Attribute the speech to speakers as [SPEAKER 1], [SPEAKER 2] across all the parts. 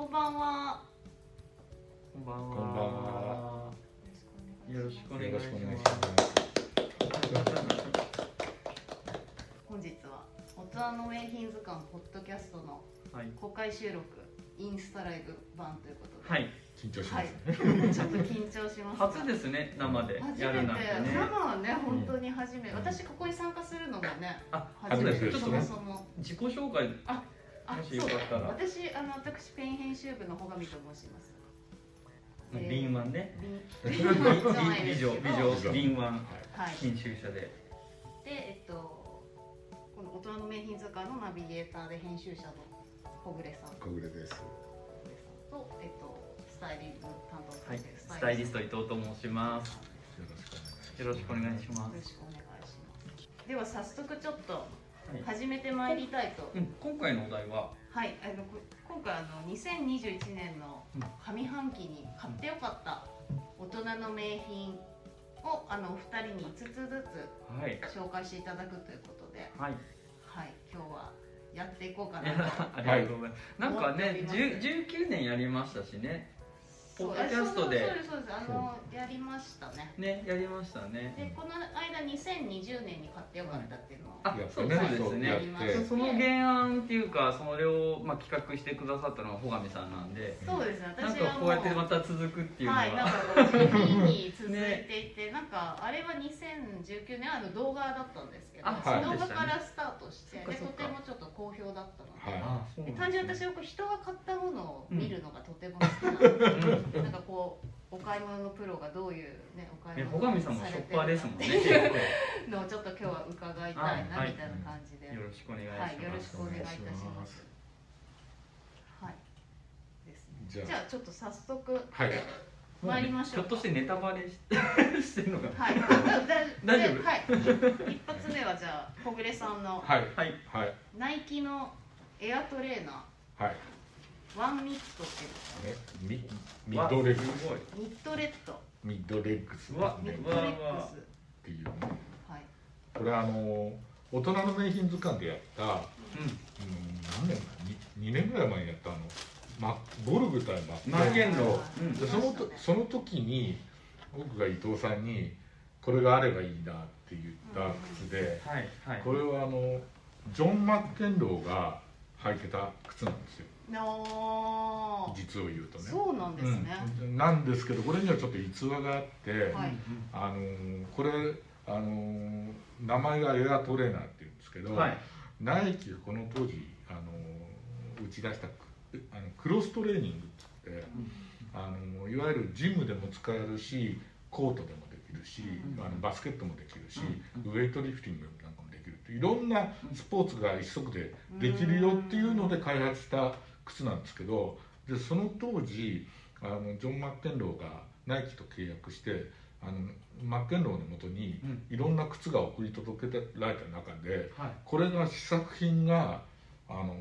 [SPEAKER 1] んばんは。
[SPEAKER 2] こんばんは。
[SPEAKER 3] こんばんは
[SPEAKER 2] よろしくお
[SPEAKER 3] よ
[SPEAKER 2] 願いします
[SPEAKER 3] ろしくお願いします。
[SPEAKER 1] 本日は大人の名品図鑑ポッドキャストの
[SPEAKER 2] はい。
[SPEAKER 1] 公開収録インスタライブ版ということで。
[SPEAKER 2] はい。
[SPEAKER 3] 緊張し
[SPEAKER 1] は
[SPEAKER 3] ま
[SPEAKER 1] いち
[SPEAKER 3] す。。
[SPEAKER 1] ょっと緊張しますが。
[SPEAKER 2] 初ですね、生で
[SPEAKER 1] 初
[SPEAKER 2] や
[SPEAKER 1] め
[SPEAKER 2] る
[SPEAKER 1] て
[SPEAKER 2] なんてね。
[SPEAKER 1] 生はね本当に初めて、
[SPEAKER 3] うん
[SPEAKER 1] 私ここに参加するのもね
[SPEAKER 2] あ、
[SPEAKER 1] 初め
[SPEAKER 3] 初め
[SPEAKER 1] て
[SPEAKER 3] てですね
[SPEAKER 1] そもそも
[SPEAKER 2] 自己紹介。
[SPEAKER 1] あ
[SPEAKER 2] もし
[SPEAKER 1] そ
[SPEAKER 2] よ
[SPEAKER 1] う
[SPEAKER 2] かったら
[SPEAKER 1] 私あの私ペン編集部の穂上と申しますえー
[SPEAKER 2] 敏腕ね。
[SPEAKER 1] 敏敏腕じゃないで
[SPEAKER 2] 美
[SPEAKER 1] すけど
[SPEAKER 2] 女、美女、敏腕、
[SPEAKER 1] はい
[SPEAKER 2] 編集者で。
[SPEAKER 1] でえっとこの大人の名品図鑑のナビゲーターで編集者の小暮さん
[SPEAKER 3] 小暮です。
[SPEAKER 1] 小暮さんとえっとスタイリング担当さ
[SPEAKER 2] は
[SPEAKER 1] れ
[SPEAKER 2] い。
[SPEAKER 1] てる
[SPEAKER 2] スタイリスト伊藤と申します。
[SPEAKER 3] よろしくお願いしま
[SPEAKER 2] よろしくお願いし
[SPEAKER 3] す。
[SPEAKER 1] よ
[SPEAKER 2] ま
[SPEAKER 1] ろ
[SPEAKER 2] す。
[SPEAKER 1] しくお願いしますでは早速ちょっと
[SPEAKER 2] はい
[SPEAKER 1] 始めてまいりたいと
[SPEAKER 2] うん、今回のお題は、
[SPEAKER 1] はい、あのこ今回あの2021年の上半期に買ってよかった大人の名品をあのお二人に5つず
[SPEAKER 2] はい。
[SPEAKER 1] つ紹介していただくということで、
[SPEAKER 2] はい。
[SPEAKER 1] はい、今日はやっていこうかなと。
[SPEAKER 2] ありがとうございます。なんか
[SPEAKER 1] 思っており
[SPEAKER 2] ね、
[SPEAKER 1] ます
[SPEAKER 2] 10 19年やりましたしね。ポッドキャストで
[SPEAKER 1] そうあそうそうですそうです。あのやりましたね。
[SPEAKER 2] ね、やりましたね。
[SPEAKER 1] でこの間2020年に買ってよかったっていうのを。
[SPEAKER 2] あ
[SPEAKER 3] やっ、
[SPEAKER 2] そ
[SPEAKER 3] て
[SPEAKER 2] う
[SPEAKER 3] ね
[SPEAKER 2] そうですね
[SPEAKER 3] やっ。
[SPEAKER 2] そ
[SPEAKER 3] て
[SPEAKER 2] その原案っていうかそれを、まあ、企画してくださったのが穂上さんなんで
[SPEAKER 1] そうですね。
[SPEAKER 2] なん
[SPEAKER 1] 私
[SPEAKER 2] か
[SPEAKER 1] はも
[SPEAKER 2] こうやってまた続くっていうのは、
[SPEAKER 1] はい、なんかこう地味に続いて いて、なんかあれは2019年あの動画だったんですけど、
[SPEAKER 2] あ
[SPEAKER 3] はい
[SPEAKER 1] 動画からスタートして、
[SPEAKER 2] そう
[SPEAKER 1] で
[SPEAKER 2] でし
[SPEAKER 1] と
[SPEAKER 2] たね
[SPEAKER 1] てもちょっと好評だったので。
[SPEAKER 3] はい。
[SPEAKER 2] あそう
[SPEAKER 1] で
[SPEAKER 2] なん
[SPEAKER 1] 単純に
[SPEAKER 2] です
[SPEAKER 1] 私
[SPEAKER 2] ね
[SPEAKER 1] はこう人が買ったものを見るのがとても好きなので、なんかこうお買い物のプロがどういうねお買
[SPEAKER 2] ね
[SPEAKER 1] い
[SPEAKER 2] 穂
[SPEAKER 1] 物
[SPEAKER 2] 上
[SPEAKER 1] を
[SPEAKER 2] さんも
[SPEAKER 1] さ
[SPEAKER 2] シ
[SPEAKER 1] れ
[SPEAKER 2] ョ
[SPEAKER 1] て
[SPEAKER 2] ッパーですもんね結
[SPEAKER 1] る
[SPEAKER 2] 構よ
[SPEAKER 1] かのをちょっと今日は伺いたいな
[SPEAKER 2] はい
[SPEAKER 1] みたいな感じで、はい、
[SPEAKER 2] ろしくお願いし
[SPEAKER 1] よろ
[SPEAKER 2] ま
[SPEAKER 1] し
[SPEAKER 2] す
[SPEAKER 1] くお願いいたします。はい、ですね。
[SPEAKER 3] じゃ
[SPEAKER 1] じゃあちょっと早 速、
[SPEAKER 3] はい
[SPEAKER 2] もうね
[SPEAKER 1] 参りましょう
[SPEAKER 2] ひょっとしてネタバレししてるのか
[SPEAKER 1] はい。
[SPEAKER 2] 大丈
[SPEAKER 1] で
[SPEAKER 2] 夫
[SPEAKER 1] はい。一発目はじゃあ小暮さんの
[SPEAKER 3] あ、はい
[SPEAKER 2] はい
[SPEAKER 3] はい
[SPEAKER 1] ナイキのエアトレーナ
[SPEAKER 3] はい。
[SPEAKER 1] ーワンミットっていう
[SPEAKER 3] ね、ミミッドレッグ
[SPEAKER 2] わすごい
[SPEAKER 1] のミットレッド、
[SPEAKER 3] ミッドレッグス
[SPEAKER 2] うわ
[SPEAKER 1] ミ
[SPEAKER 3] ね
[SPEAKER 1] ッ
[SPEAKER 3] っ
[SPEAKER 1] トレッ
[SPEAKER 2] うわう
[SPEAKER 1] ク
[SPEAKER 2] わ
[SPEAKER 1] ス。
[SPEAKER 3] ていうね。
[SPEAKER 1] はい。
[SPEAKER 3] これあの大人の名品図鑑でやった、うん、何年前？二二年ぐらい前にやったあのマゴルグ対マ
[SPEAKER 2] うん魔剣
[SPEAKER 1] の
[SPEAKER 2] の、
[SPEAKER 1] うん
[SPEAKER 3] でそのと
[SPEAKER 1] ました
[SPEAKER 3] その時に僕が伊藤さんにこれがあればいいなって言った靴で、
[SPEAKER 2] はいはい
[SPEAKER 3] これはあのジョン・マッケンローが履いてた靴なんですよ
[SPEAKER 1] の
[SPEAKER 3] 実を言うとね
[SPEAKER 1] そうなんですね。
[SPEAKER 3] うんなんですけどこれにはちょっと逸話があって、
[SPEAKER 1] はい
[SPEAKER 3] あのーこれ、あのー名前がエアトレーナーっていうんですけ
[SPEAKER 2] う
[SPEAKER 3] ど、
[SPEAKER 2] んはい
[SPEAKER 3] ナイキがこの当時、あのー打ち出したくあのクロストレーニングってあのいわゆるジムでも使えるしコートでもできるし、
[SPEAKER 1] うん
[SPEAKER 3] あのバスケットもできるし、
[SPEAKER 2] う
[SPEAKER 3] ウェイトリフティングなんかもできるっていろんなスポーツが一足でできるよっていうので開発した靴なんですけどでその当時あのジョン・マッケンローがナイキと契約してあのマッケンローのもとに
[SPEAKER 2] うん
[SPEAKER 3] いろんな靴が送り届けられた中で
[SPEAKER 2] はい
[SPEAKER 3] これが試作品があの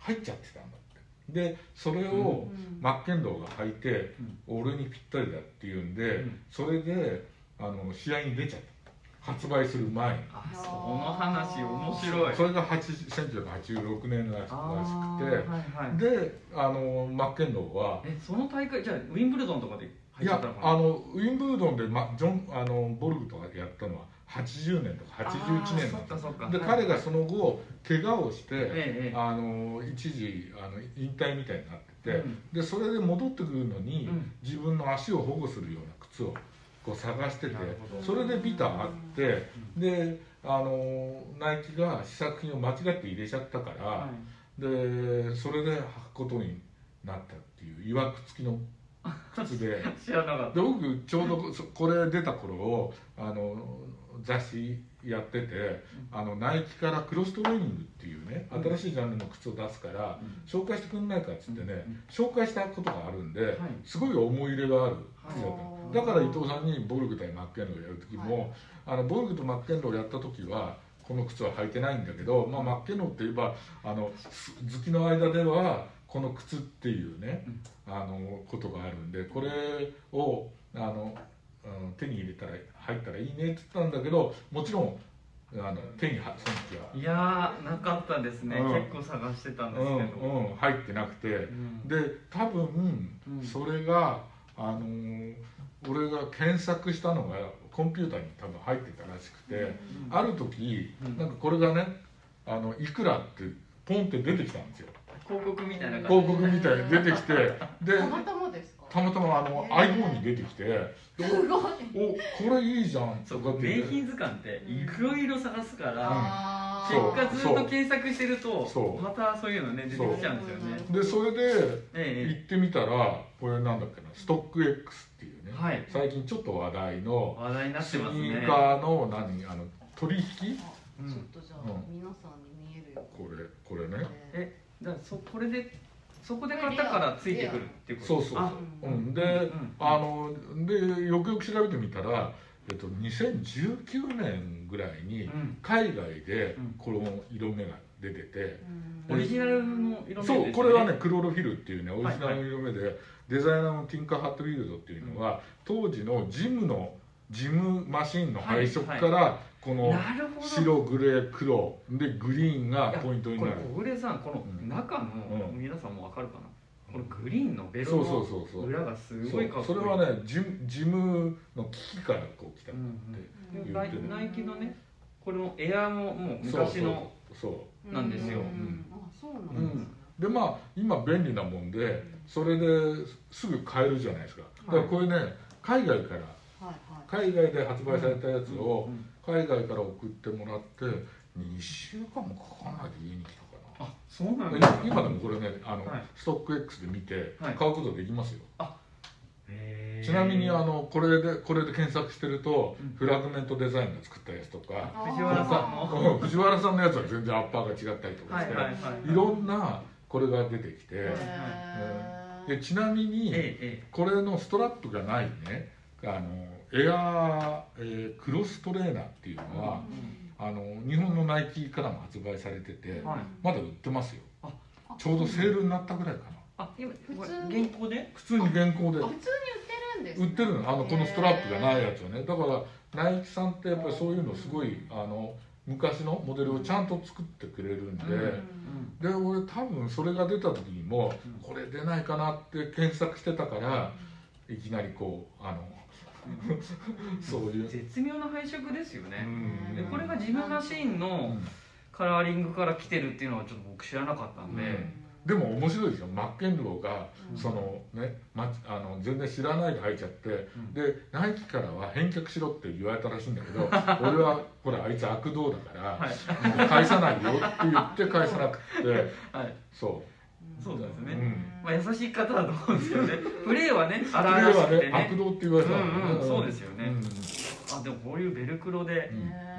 [SPEAKER 3] 入っちゃってたんだってでそれ
[SPEAKER 2] う
[SPEAKER 3] を
[SPEAKER 1] うん
[SPEAKER 3] マッケンローが履いて
[SPEAKER 2] うん
[SPEAKER 3] 俺にぴったりだっていうんで、
[SPEAKER 2] うん
[SPEAKER 3] それであの試合に出ちゃった発売する前に
[SPEAKER 2] あその話面白い
[SPEAKER 3] それが80 1986年らし
[SPEAKER 2] あー
[SPEAKER 3] くて
[SPEAKER 2] はいはい
[SPEAKER 3] であのマッケンローは、
[SPEAKER 2] えその大会じゃあウィンブルドンとかで
[SPEAKER 3] い
[SPEAKER 2] 入っちゃ
[SPEAKER 3] や
[SPEAKER 2] ったのかな
[SPEAKER 3] あのウィンブルドンで、ま、ジョンあのボルグとかでやったのは80年とか81
[SPEAKER 2] あー
[SPEAKER 3] 年
[SPEAKER 2] そ
[SPEAKER 3] なん
[SPEAKER 2] っ
[SPEAKER 3] だ
[SPEAKER 2] かそっか
[SPEAKER 3] で
[SPEAKER 2] はい
[SPEAKER 3] 彼がその後怪我をして、
[SPEAKER 2] ええ
[SPEAKER 3] あの一時あの引退みたいになって
[SPEAKER 2] ええ
[SPEAKER 3] て、でそれで戻ってくるのに、
[SPEAKER 2] うん
[SPEAKER 3] 自分の足を保護するような靴をこう探してて
[SPEAKER 2] なるほど
[SPEAKER 3] それでビターあって、であのナイキが試作品を間違って入れちゃったから、
[SPEAKER 2] は
[SPEAKER 3] でそれで履くことになったっていういわくつきの靴で
[SPEAKER 2] い知らなかっ
[SPEAKER 3] で僕ちょうどそこれ出た頃をあの雑誌やっててあのナイキからクロストレーニングっていうね
[SPEAKER 2] うん
[SPEAKER 3] 新しいジャンルの靴を出すから、
[SPEAKER 2] たうん
[SPEAKER 3] 紹介してくんないかっつってね、
[SPEAKER 2] うん
[SPEAKER 3] 紹介したことがあるんで、
[SPEAKER 2] い
[SPEAKER 3] すごい思い入れがあ
[SPEAKER 2] は
[SPEAKER 3] る
[SPEAKER 2] い
[SPEAKER 3] 靴だった
[SPEAKER 1] おー
[SPEAKER 3] だから伊藤さんにボルグ対マッケンローやる時も、
[SPEAKER 1] は
[SPEAKER 3] あのボルグとマッケンローやった時はこの靴は履いてないんだけど、まあ、マッケンローっていえばあのす好きの間ではこの靴っていうね、あのことがあるんでこれをあの、うん手に入れたら入ったらいいねって言ったんだけどもちろんあの手にはその時はい
[SPEAKER 2] やーなかったですね、
[SPEAKER 3] うん
[SPEAKER 2] 結構探してたんですけど、
[SPEAKER 3] うんうん、入ってなくて
[SPEAKER 2] うん
[SPEAKER 3] で多分
[SPEAKER 2] うん
[SPEAKER 3] それが、あのー俺が検索したのがコンピューターに多分入ってたらしくて、
[SPEAKER 2] うん
[SPEAKER 3] ある時、
[SPEAKER 2] うん
[SPEAKER 3] なんかこれがねあのいくらってポンって出てきたんですよ
[SPEAKER 2] 広告みたいな感
[SPEAKER 3] 広告みたいに出てき てで
[SPEAKER 1] たまたまですか
[SPEAKER 3] たまたまあの
[SPEAKER 1] へー
[SPEAKER 3] iPhone に出てきてで
[SPEAKER 1] ご
[SPEAKER 3] す
[SPEAKER 1] い
[SPEAKER 3] おこれいいじゃん
[SPEAKER 2] じそ
[SPEAKER 3] と
[SPEAKER 2] う
[SPEAKER 3] かって
[SPEAKER 2] 名品図鑑っていろいろ探すから、
[SPEAKER 1] あ
[SPEAKER 3] うん
[SPEAKER 2] 結果ずっと検索してる
[SPEAKER 3] そ
[SPEAKER 2] と
[SPEAKER 3] う
[SPEAKER 2] またそういうのね出てきちゃうんですよね
[SPEAKER 1] そう
[SPEAKER 3] でそれで行
[SPEAKER 2] え
[SPEAKER 3] ってみたらこれなんだっけなストック X っていうね、
[SPEAKER 2] はい
[SPEAKER 3] 最近ちょっと話題
[SPEAKER 2] え
[SPEAKER 3] の
[SPEAKER 2] 話題になっ
[SPEAKER 3] ス
[SPEAKER 2] て
[SPEAKER 3] ニ
[SPEAKER 2] ますね
[SPEAKER 3] ーカーの何あの取引
[SPEAKER 1] あちょっとじゃあ、
[SPEAKER 3] う
[SPEAKER 1] 皆さんに見えるよ
[SPEAKER 3] これこれ
[SPEAKER 1] う
[SPEAKER 3] ね
[SPEAKER 1] に
[SPEAKER 2] えだからそこれでそこで買ったからついてくるっていうこと
[SPEAKER 3] そうそうそう
[SPEAKER 2] あ
[SPEAKER 3] う
[SPEAKER 1] うんん
[SPEAKER 3] で、
[SPEAKER 2] うん
[SPEAKER 3] あのでよくよく調べてみたら、えっと、2019年ぐらいに
[SPEAKER 2] うん
[SPEAKER 3] 海外で
[SPEAKER 2] うん
[SPEAKER 3] この色目が出てて、
[SPEAKER 2] オリジナルの色目です、ね、
[SPEAKER 3] そうこれはねクロロフィルっていうね
[SPEAKER 2] い
[SPEAKER 3] オリジナルの色目で、デザイナーのティンカー・ハットフィールドっていうのは、当時のジムのジムマシンの配色から、この
[SPEAKER 2] なるほど
[SPEAKER 3] 白グレー黒でグリーンがポイントになる
[SPEAKER 2] これ小暮さんこの中の、
[SPEAKER 3] うん
[SPEAKER 2] 皆さんもわかるかなこのグリーンのベロ
[SPEAKER 3] そうそう
[SPEAKER 2] の
[SPEAKER 3] そうそう
[SPEAKER 2] 裏がす
[SPEAKER 3] そ
[SPEAKER 2] ごいか
[SPEAKER 3] う
[SPEAKER 2] っこ
[SPEAKER 3] そ
[SPEAKER 2] いい
[SPEAKER 3] れはねジムジムの機器からこう来た、
[SPEAKER 2] うんうん、
[SPEAKER 3] 言う
[SPEAKER 2] ナ
[SPEAKER 3] て
[SPEAKER 2] イ
[SPEAKER 3] る
[SPEAKER 2] ナイキのねこれもエアーももう
[SPEAKER 3] そう
[SPEAKER 2] 昔の
[SPEAKER 3] そうそう
[SPEAKER 2] なんですよ
[SPEAKER 1] う
[SPEAKER 3] うん
[SPEAKER 1] あそうなんですね、
[SPEAKER 3] でまあ今便利なもんでそれですぐ買えるじゃないですか、だからこういうね海外から
[SPEAKER 1] はいはい
[SPEAKER 3] 海外で発売されたやつを
[SPEAKER 2] うんうん
[SPEAKER 3] 海外から送ってもらって2週間もかかんないで家に来た
[SPEAKER 2] あそうなん
[SPEAKER 3] か
[SPEAKER 2] です
[SPEAKER 3] な、
[SPEAKER 2] か
[SPEAKER 3] 今でもこれねあの、
[SPEAKER 2] はい
[SPEAKER 3] ストック X で見て
[SPEAKER 2] は
[SPEAKER 3] 買
[SPEAKER 2] いう
[SPEAKER 3] ことできますよ、
[SPEAKER 2] へー
[SPEAKER 3] ちなみにあのこれでこれで検索してると、
[SPEAKER 2] うん
[SPEAKER 3] フラグメントデザインが作ったやつとか、
[SPEAKER 2] 藤原さん
[SPEAKER 1] あ
[SPEAKER 2] の
[SPEAKER 3] うん藤原さんのやつは全然アッパーが違ったりとかして、
[SPEAKER 2] はいはい
[SPEAKER 3] い
[SPEAKER 2] はい
[SPEAKER 3] ろんなこれが出てきて、
[SPEAKER 1] へー
[SPEAKER 3] でちなみに、
[SPEAKER 2] ええ
[SPEAKER 3] これのストラップがないねあのエアー、えークロストレーナーっていうのは、あの日本のナイキからも発売されてて、
[SPEAKER 2] ええはい
[SPEAKER 3] まだ売ってますよ
[SPEAKER 2] あ
[SPEAKER 3] ちょうどセールになったぐらいかな
[SPEAKER 2] あ今
[SPEAKER 1] 普
[SPEAKER 2] これ
[SPEAKER 1] 通に
[SPEAKER 2] 現行で
[SPEAKER 3] 普通に現行で
[SPEAKER 1] 普通に売ってるんですね
[SPEAKER 3] 売ってるのあのこのストラップがないやつをねだからナイキさんってやっぱりそういうのすごいあの昔のモデルをちゃんと作ってくれるんで、
[SPEAKER 2] う
[SPEAKER 1] うん
[SPEAKER 3] で俺多分それが出た時にも、
[SPEAKER 2] うん
[SPEAKER 3] これ出ないかなって検索してたからいきなりこうあの そういう、
[SPEAKER 2] 絶妙な配色ですよ
[SPEAKER 3] う
[SPEAKER 2] ね、
[SPEAKER 3] ん
[SPEAKER 2] でこれがジムマシーン
[SPEAKER 3] う
[SPEAKER 2] の
[SPEAKER 3] ん
[SPEAKER 2] カラーリングから来てるっていうのはちょっと僕知らなかったんで、
[SPEAKER 3] うんでも面白いですよマッケンローが、
[SPEAKER 1] うん
[SPEAKER 3] そのね、ま、あの全然知らないで入っちゃって、
[SPEAKER 2] ん
[SPEAKER 3] でナイキからは返却しろって言われたらしいんだけ ど俺はほらあいつ悪党だから、
[SPEAKER 2] はい
[SPEAKER 3] もう返さないよって言って返さなくて
[SPEAKER 2] はい
[SPEAKER 3] そ
[SPEAKER 2] そうです
[SPEAKER 3] う、
[SPEAKER 2] ね、
[SPEAKER 3] うん
[SPEAKER 2] まあ、優しい方だと思うんですけどねプレーはね
[SPEAKER 3] それ
[SPEAKER 2] 荒々し
[SPEAKER 3] は
[SPEAKER 2] くて
[SPEAKER 3] ね
[SPEAKER 2] ね
[SPEAKER 3] 悪党って言われたの
[SPEAKER 2] うんうんそうですよね
[SPEAKER 3] うん
[SPEAKER 2] あでもこういうベルクロで
[SPEAKER 3] うん
[SPEAKER 1] ね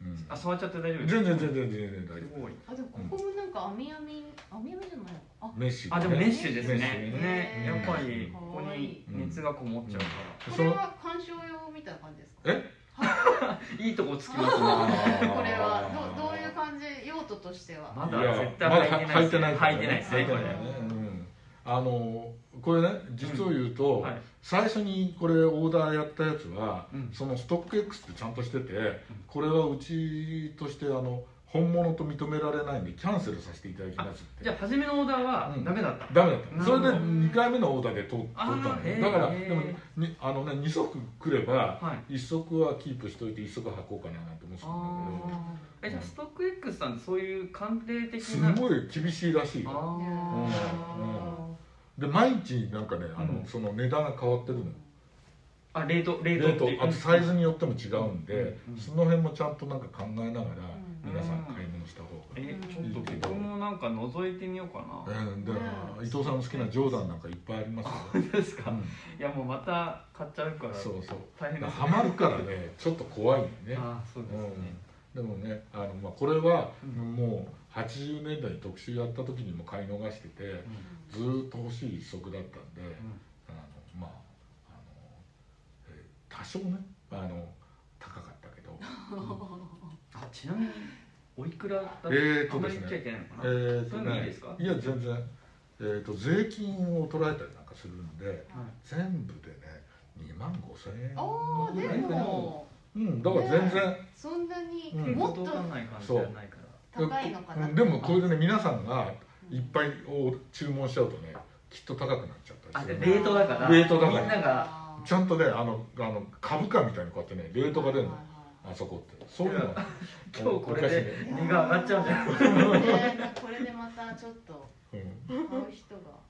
[SPEAKER 3] うん
[SPEAKER 2] あ触っちゃって大丈夫です
[SPEAKER 3] 全
[SPEAKER 2] か
[SPEAKER 3] 然全然全然全然大丈
[SPEAKER 2] すごい
[SPEAKER 1] あでもここもなんか網網網網じゃないのあ
[SPEAKER 3] 夫メッシ
[SPEAKER 2] あでもメッシュですね
[SPEAKER 3] メッシ
[SPEAKER 2] ね
[SPEAKER 3] ュ
[SPEAKER 1] ね
[SPEAKER 2] やっぱりここに熱がこもっちゃうから、
[SPEAKER 1] こ
[SPEAKER 3] そ
[SPEAKER 1] れ
[SPEAKER 3] の
[SPEAKER 1] は鑑賞用みたいな感じですか
[SPEAKER 3] え
[SPEAKER 2] いいとこつきますね
[SPEAKER 3] あー
[SPEAKER 1] これはどどういう感じ用途としては
[SPEAKER 2] ま
[SPEAKER 3] いや
[SPEAKER 2] だ絶対履いてないですね
[SPEAKER 3] まだ
[SPEAKER 2] 履いてないです
[SPEAKER 3] 履
[SPEAKER 2] ね
[SPEAKER 3] い
[SPEAKER 2] こ
[SPEAKER 3] て
[SPEAKER 2] れ
[SPEAKER 3] ないねうんあのこれね実を言うと、
[SPEAKER 2] はい
[SPEAKER 3] 最初にこれオーダーやったやつは、
[SPEAKER 2] うん
[SPEAKER 3] そのストック X ってちゃんとしてて、これはうちとしてあの本物と認められないんでキャンセルさせていただきますって
[SPEAKER 2] じゃあ初めのオーダーは
[SPEAKER 3] うん
[SPEAKER 2] ダメだった、
[SPEAKER 3] ダメだった
[SPEAKER 2] な
[SPEAKER 3] そ
[SPEAKER 2] る
[SPEAKER 3] れ
[SPEAKER 2] ほど
[SPEAKER 3] で2回目のオーダーで通通った
[SPEAKER 2] あー
[SPEAKER 3] の
[SPEAKER 2] へ
[SPEAKER 3] よ
[SPEAKER 2] ー
[SPEAKER 3] だから
[SPEAKER 2] へー
[SPEAKER 3] でもにあのね2足くれば
[SPEAKER 2] はい
[SPEAKER 3] 1足はキープしといて1足は履こうかななんて思ってたんだ
[SPEAKER 1] あ
[SPEAKER 2] えじゃあストック X さんってそういう鑑定
[SPEAKER 3] けど
[SPEAKER 2] 的
[SPEAKER 3] す
[SPEAKER 2] な
[SPEAKER 3] ごい厳しいらしいよ
[SPEAKER 2] あ
[SPEAKER 3] うん
[SPEAKER 2] ー
[SPEAKER 3] で毎日なんかねあの、
[SPEAKER 2] うん
[SPEAKER 3] その値段が変わってるのよ
[SPEAKER 2] あ冷凍冷凍
[SPEAKER 3] 冷
[SPEAKER 2] って
[SPEAKER 3] 凍
[SPEAKER 2] いう
[SPEAKER 3] あとサイズによっても違うんで、
[SPEAKER 2] うんうん
[SPEAKER 3] その辺もちゃんとなんか考
[SPEAKER 1] う
[SPEAKER 3] えながら
[SPEAKER 1] ん
[SPEAKER 3] 皆さん買い物した方が、
[SPEAKER 2] えちょっと僕もなんか覗いてみようか
[SPEAKER 3] う
[SPEAKER 2] な、
[SPEAKER 3] んだから
[SPEAKER 1] うん
[SPEAKER 3] 伊藤さんの好きなジョーダンなんかいっぱいありますよ、
[SPEAKER 2] 本当ですか、
[SPEAKER 3] うん
[SPEAKER 2] いやもうまた買っちゃうから
[SPEAKER 3] そうそう
[SPEAKER 2] 大変です
[SPEAKER 3] ハマるからねちょっと怖いんだよね
[SPEAKER 2] ああそうですね、
[SPEAKER 3] うん、でもねあの、まあ、これは
[SPEAKER 2] う
[SPEAKER 3] もう80年代に特集やった時にも買い逃しててずーっと欲しい一足だったんで、あのまああの、えー多少ねあの高かった けど
[SPEAKER 2] あちなみにおいくらだった
[SPEAKER 3] えー
[SPEAKER 2] あ
[SPEAKER 3] と
[SPEAKER 2] んま
[SPEAKER 3] で
[SPEAKER 2] り
[SPEAKER 3] す
[SPEAKER 2] 言っちゃい
[SPEAKER 3] ね
[SPEAKER 2] けないのかな、
[SPEAKER 3] え
[SPEAKER 2] そ
[SPEAKER 3] ーと
[SPEAKER 2] ういうのいい
[SPEAKER 3] ね
[SPEAKER 2] ですか
[SPEAKER 3] いや全然、えー、と税金を取られたりなんかするんで
[SPEAKER 2] はい
[SPEAKER 3] 全部でね2万5千円
[SPEAKER 1] あーで
[SPEAKER 3] ぐらいかな
[SPEAKER 1] も
[SPEAKER 3] うん、だから全然、
[SPEAKER 1] そんなに
[SPEAKER 3] うん
[SPEAKER 1] もっ
[SPEAKER 2] 届
[SPEAKER 1] と
[SPEAKER 2] かない感じじゃないから
[SPEAKER 1] 高いのかな、
[SPEAKER 3] うんでもこれでね皆さんがいっぱいを注文しちゃうとねきっと高くなっちゃった
[SPEAKER 2] あ
[SPEAKER 3] り
[SPEAKER 2] です
[SPEAKER 3] る
[SPEAKER 1] ね
[SPEAKER 2] 冷凍だから
[SPEAKER 3] 冷凍だから
[SPEAKER 2] みんなが
[SPEAKER 1] あー
[SPEAKER 3] ちゃんとねあのあの株価みたいにこうやってねレートが出るの
[SPEAKER 1] はい
[SPEAKER 3] あそこってそういうのは
[SPEAKER 2] 今日これで
[SPEAKER 1] はいはい
[SPEAKER 2] 身が上がっちゃうんじゃない
[SPEAKER 1] ねこれでまたちょっと
[SPEAKER 3] うん
[SPEAKER 1] 買う人が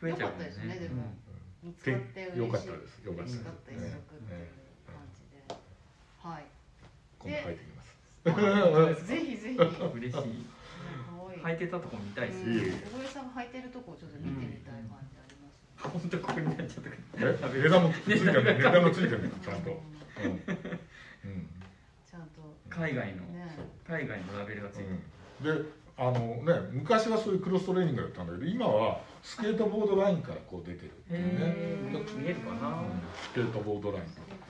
[SPEAKER 2] 増えちゃ
[SPEAKER 1] よかっ
[SPEAKER 2] うもん
[SPEAKER 1] たですね
[SPEAKER 2] ね
[SPEAKER 1] でも見つかって嬉しい
[SPEAKER 3] よかったですよかっ
[SPEAKER 1] 嬉
[SPEAKER 3] たです
[SPEAKER 1] しかったですよくっていう感じで、はい
[SPEAKER 3] 今度入ってきます
[SPEAKER 1] あぜひぜひ可
[SPEAKER 2] うん嬉しい
[SPEAKER 1] 愛
[SPEAKER 2] 履
[SPEAKER 1] い
[SPEAKER 2] いてたとこ見たいし
[SPEAKER 1] うん小林さんが履いてるとこをちょっと見てみたい感じありますね
[SPEAKER 2] 本当ここになっちゃったから
[SPEAKER 3] え枝もついてる枝もついてるちゃんと うんうん
[SPEAKER 1] ちゃんと
[SPEAKER 2] 海外の
[SPEAKER 1] ね
[SPEAKER 2] 海外のラベルがついてる
[SPEAKER 3] うんであのね昔はそういうクロストレーニングだったんだけど今はスケートボードラインからこう出てるっていうね、
[SPEAKER 2] へーよく見えるか
[SPEAKER 3] う
[SPEAKER 2] なん
[SPEAKER 3] スケートボードライ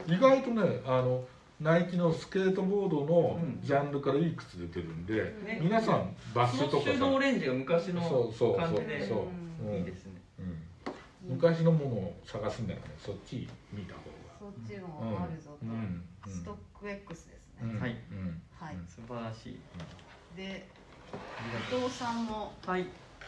[SPEAKER 3] ン意外とねあのナイキのスケートボードの
[SPEAKER 2] うん
[SPEAKER 3] ジャンルからいい靴出てるんで、
[SPEAKER 2] ね
[SPEAKER 3] 皆さんバス
[SPEAKER 2] そ
[SPEAKER 3] と
[SPEAKER 2] の
[SPEAKER 3] かさ
[SPEAKER 2] 中のオレンジが昔
[SPEAKER 3] そ
[SPEAKER 2] の
[SPEAKER 3] うそう
[SPEAKER 2] 感
[SPEAKER 3] そう
[SPEAKER 2] じで
[SPEAKER 3] そう、うん
[SPEAKER 2] いいですね
[SPEAKER 3] うん
[SPEAKER 1] うん
[SPEAKER 3] 昔のものを探すんだからねそっち見た方
[SPEAKER 1] そっち
[SPEAKER 3] が、うん
[SPEAKER 1] もあるぞと、
[SPEAKER 3] うん
[SPEAKER 1] ストック X ですね、
[SPEAKER 3] うん
[SPEAKER 2] はい
[SPEAKER 3] うん
[SPEAKER 1] はい
[SPEAKER 3] うん
[SPEAKER 2] 素晴らしい
[SPEAKER 1] で伊藤さんも
[SPEAKER 2] はい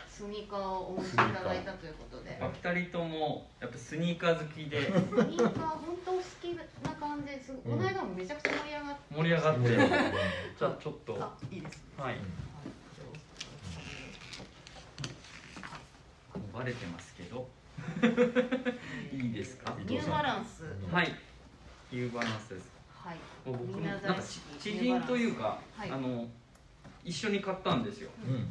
[SPEAKER 1] スニーカーをお持ちいただいたということで
[SPEAKER 2] お二人ともやっぱスニーカー好きで
[SPEAKER 1] スニーカー本当好きな感じです
[SPEAKER 3] う
[SPEAKER 1] ご
[SPEAKER 3] ん
[SPEAKER 1] この間もめちゃくちゃ盛り上がって
[SPEAKER 2] 盛り上がって
[SPEAKER 3] うん
[SPEAKER 2] じゃあちょっと
[SPEAKER 1] あいいです
[SPEAKER 2] はい
[SPEAKER 1] ねはいちょっ
[SPEAKER 2] もうバレてますけど
[SPEAKER 1] と
[SPEAKER 2] いいですか
[SPEAKER 1] ニューバランス
[SPEAKER 3] うん
[SPEAKER 2] はいいうバランスです
[SPEAKER 1] はい
[SPEAKER 2] 僕も
[SPEAKER 1] みん
[SPEAKER 2] な
[SPEAKER 1] なん大
[SPEAKER 2] か
[SPEAKER 1] 好き
[SPEAKER 2] 知知人というか、
[SPEAKER 1] はい
[SPEAKER 2] あの一緒に買ったんですよ
[SPEAKER 3] うん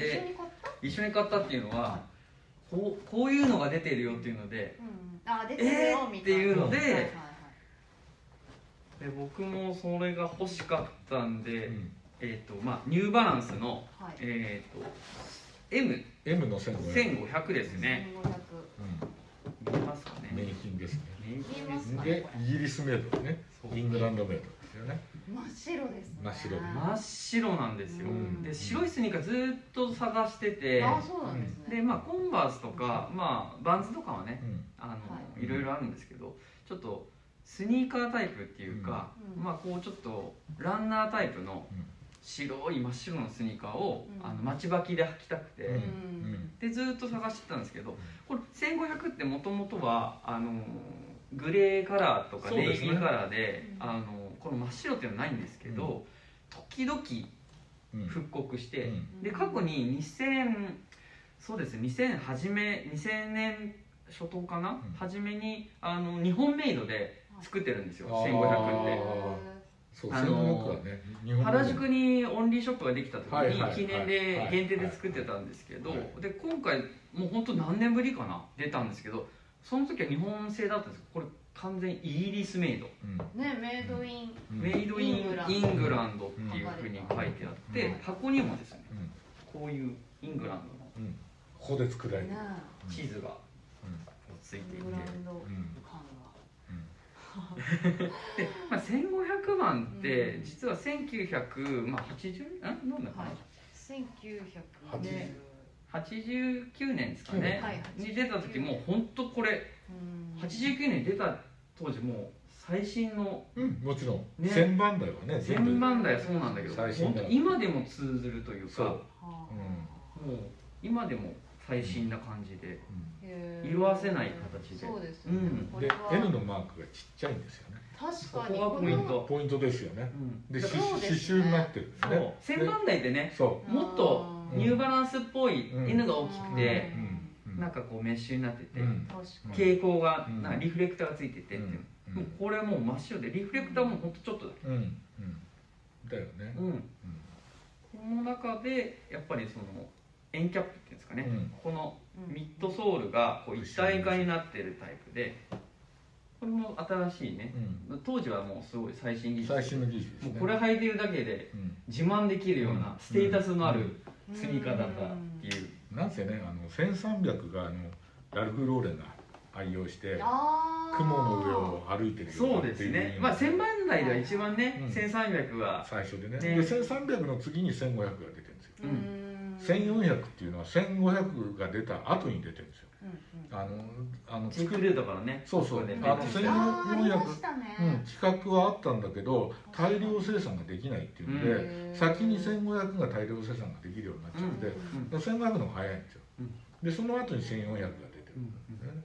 [SPEAKER 1] 一緒
[SPEAKER 2] で
[SPEAKER 1] に買った
[SPEAKER 2] 一緒に買ったっていうのはこうこういうのが出てるよっていうので
[SPEAKER 1] うんあ出てるよみたいな
[SPEAKER 2] えーっていう
[SPEAKER 3] ので
[SPEAKER 1] はいはいはい
[SPEAKER 2] で僕もそれが欲しかったんで、
[SPEAKER 3] うん
[SPEAKER 2] えーとまあ、ニューバランスの、
[SPEAKER 1] はい
[SPEAKER 2] えー、と
[SPEAKER 3] M の線路ね
[SPEAKER 2] M1500 ですね
[SPEAKER 1] 1500
[SPEAKER 2] 見えますかね
[SPEAKER 3] 名品ですね
[SPEAKER 2] 名品
[SPEAKER 1] 見えますか
[SPEAKER 3] で
[SPEAKER 1] これ
[SPEAKER 3] イギリスメイドね
[SPEAKER 2] そう
[SPEAKER 3] イングランドメイドですよね
[SPEAKER 1] 真っ白ですね
[SPEAKER 3] 真っ白
[SPEAKER 2] 真っ白なんですよ、
[SPEAKER 1] うん
[SPEAKER 2] で白いスニーカーずーっと探してて
[SPEAKER 1] あそうなんですね
[SPEAKER 2] でまあコンバースとか、まあ、バンズとかはね
[SPEAKER 3] うん
[SPEAKER 2] あの、
[SPEAKER 1] はい
[SPEAKER 2] い、ろいろあるんですけどちょっとスニーカータイプっていうか、
[SPEAKER 1] うん
[SPEAKER 2] まあこうちょっとランナータイプの
[SPEAKER 3] うん
[SPEAKER 2] 白い真っ白のスニーカーを、
[SPEAKER 1] うん
[SPEAKER 2] あの待ち履きで履きたくて、
[SPEAKER 3] うん
[SPEAKER 2] でずーっと探してたんですけどこれ1500ってもともとはあのーグレーカラーとか
[SPEAKER 3] そうで
[SPEAKER 2] ネ
[SPEAKER 3] すね
[SPEAKER 2] イビーカラーで
[SPEAKER 1] うん
[SPEAKER 2] あのーこの真っ白っていうのはないんですけど、時々
[SPEAKER 3] うんうん
[SPEAKER 2] 復刻して、
[SPEAKER 3] うん
[SPEAKER 2] で過去に2000そうですね2000初め2000年初頭かな、
[SPEAKER 3] うん
[SPEAKER 2] 初めにあの日本メイドで作ってるんですよ、
[SPEAKER 3] あー
[SPEAKER 2] 1500って
[SPEAKER 3] そう
[SPEAKER 2] あ
[SPEAKER 3] 線路
[SPEAKER 2] の
[SPEAKER 3] の
[SPEAKER 2] ー
[SPEAKER 3] 奥はね日本
[SPEAKER 2] 原宿にオンリーショップができた時
[SPEAKER 3] はいはいはい
[SPEAKER 2] に記念で限定で作ってたんですけど
[SPEAKER 3] はい
[SPEAKER 2] で今回もう本当何年ぶりかな出たんですけどその時は日本製だったんですけどこれ完全イギリスメイド、
[SPEAKER 3] うん
[SPEAKER 1] ねメイドイン
[SPEAKER 3] うん
[SPEAKER 2] メイドイン
[SPEAKER 1] イングランド
[SPEAKER 2] イングランドっていうふうに書いてあって、
[SPEAKER 3] うん
[SPEAKER 2] 箱にもですね
[SPEAKER 3] うん
[SPEAKER 2] こういうイングランドの
[SPEAKER 3] うんここで作られて
[SPEAKER 1] ね
[SPEAKER 3] る
[SPEAKER 2] 地図が
[SPEAKER 3] うん
[SPEAKER 2] ついて
[SPEAKER 1] イ
[SPEAKER 2] いて
[SPEAKER 1] ングランド
[SPEAKER 3] うんうん
[SPEAKER 1] 感が
[SPEAKER 2] で、まあ、1500番っ
[SPEAKER 1] う
[SPEAKER 2] て
[SPEAKER 1] ん
[SPEAKER 2] 実は1980んなんだかな、
[SPEAKER 1] はい1900年
[SPEAKER 2] 89年ですかね、
[SPEAKER 1] はい
[SPEAKER 2] に出た時もう本当これ
[SPEAKER 1] うん
[SPEAKER 2] 89年に出た当時もう最新の
[SPEAKER 3] うんもちろん
[SPEAKER 2] ね
[SPEAKER 3] 千番台はね全部
[SPEAKER 2] 千番台はそうなんだけど
[SPEAKER 3] 最新
[SPEAKER 2] 本
[SPEAKER 3] だ
[SPEAKER 2] 当今でも通ずるというか
[SPEAKER 3] そう
[SPEAKER 2] もう
[SPEAKER 1] はあ
[SPEAKER 2] 今でも最新な感じで、
[SPEAKER 3] う
[SPEAKER 1] へえ
[SPEAKER 2] 色褪せない形で
[SPEAKER 1] そうですよね
[SPEAKER 2] うん
[SPEAKER 1] こ
[SPEAKER 3] ん
[SPEAKER 1] れ
[SPEAKER 3] で
[SPEAKER 1] は
[SPEAKER 3] N のマークがちっちゃいんですよね
[SPEAKER 1] 確
[SPEAKER 2] こ
[SPEAKER 1] かに
[SPEAKER 2] こがポイント、
[SPEAKER 3] ポイントですよね
[SPEAKER 2] うん
[SPEAKER 3] で
[SPEAKER 1] そ
[SPEAKER 3] 刺
[SPEAKER 1] うですね
[SPEAKER 3] 繍になってるんです
[SPEAKER 2] そ
[SPEAKER 3] ね
[SPEAKER 2] う千番台ってね
[SPEAKER 3] でそ
[SPEAKER 1] うん
[SPEAKER 2] もっと
[SPEAKER 3] うん
[SPEAKER 2] ニューバランスっぽい
[SPEAKER 3] うん
[SPEAKER 2] N が大きくて
[SPEAKER 3] う、うんうん
[SPEAKER 2] なんかこうメッシュになってて、
[SPEAKER 3] うん
[SPEAKER 1] 確かに
[SPEAKER 2] 蛍光が
[SPEAKER 3] うん
[SPEAKER 2] なんかリフレクターがついててっていう、
[SPEAKER 3] うん
[SPEAKER 2] もうこれもう真っ白でリフレクターもほんとちょっとだけ、
[SPEAKER 3] うんうんだよね
[SPEAKER 2] うんこの中でやっぱりその円キャップっていうんですかね、
[SPEAKER 3] うん
[SPEAKER 2] ここのミッドソールがこう一体化になってるタイプでこれも新しいね
[SPEAKER 3] う、ん
[SPEAKER 2] 当時はもうすごい最新技
[SPEAKER 3] うん
[SPEAKER 2] 術
[SPEAKER 3] 最新の技術です
[SPEAKER 2] も
[SPEAKER 3] ね
[SPEAKER 2] うこれ履いてるだけで
[SPEAKER 3] うん
[SPEAKER 2] 自慢できるような
[SPEAKER 3] うん
[SPEAKER 2] ステータスのあるスニーカーだったっていう、
[SPEAKER 3] なんせねあの1300があのラルフ・ローレンが愛用して
[SPEAKER 1] あー
[SPEAKER 3] 雲の上を歩いてるよ
[SPEAKER 2] そうう
[SPEAKER 3] なっ
[SPEAKER 2] で
[SPEAKER 3] て
[SPEAKER 2] す
[SPEAKER 3] いう
[SPEAKER 2] ねまあ1000番台では一番ね、
[SPEAKER 3] うん
[SPEAKER 2] 1300は
[SPEAKER 3] 最初でね
[SPEAKER 2] ね
[SPEAKER 3] で1300の次に1500が出てるんですよ
[SPEAKER 1] うん
[SPEAKER 3] 1400っていうのは1500が出た後に出てるんですよ
[SPEAKER 1] うんうん
[SPEAKER 3] あのあの
[SPEAKER 2] ジェクルーだからね
[SPEAKER 3] そうそう
[SPEAKER 2] ここで
[SPEAKER 3] あの
[SPEAKER 2] めっちゃ
[SPEAKER 3] 専用
[SPEAKER 1] あーあり
[SPEAKER 3] 翻
[SPEAKER 1] ま
[SPEAKER 3] 訳
[SPEAKER 1] したね、
[SPEAKER 3] うん、企画はあったんだけど大量生産ができないっていうんで、
[SPEAKER 1] うん
[SPEAKER 3] 先に1500が大量生産ができるようになっちゃって、
[SPEAKER 1] うん
[SPEAKER 3] 1500の方が早いんですよ、
[SPEAKER 2] うん
[SPEAKER 3] でその後に1400が出てるんだよね、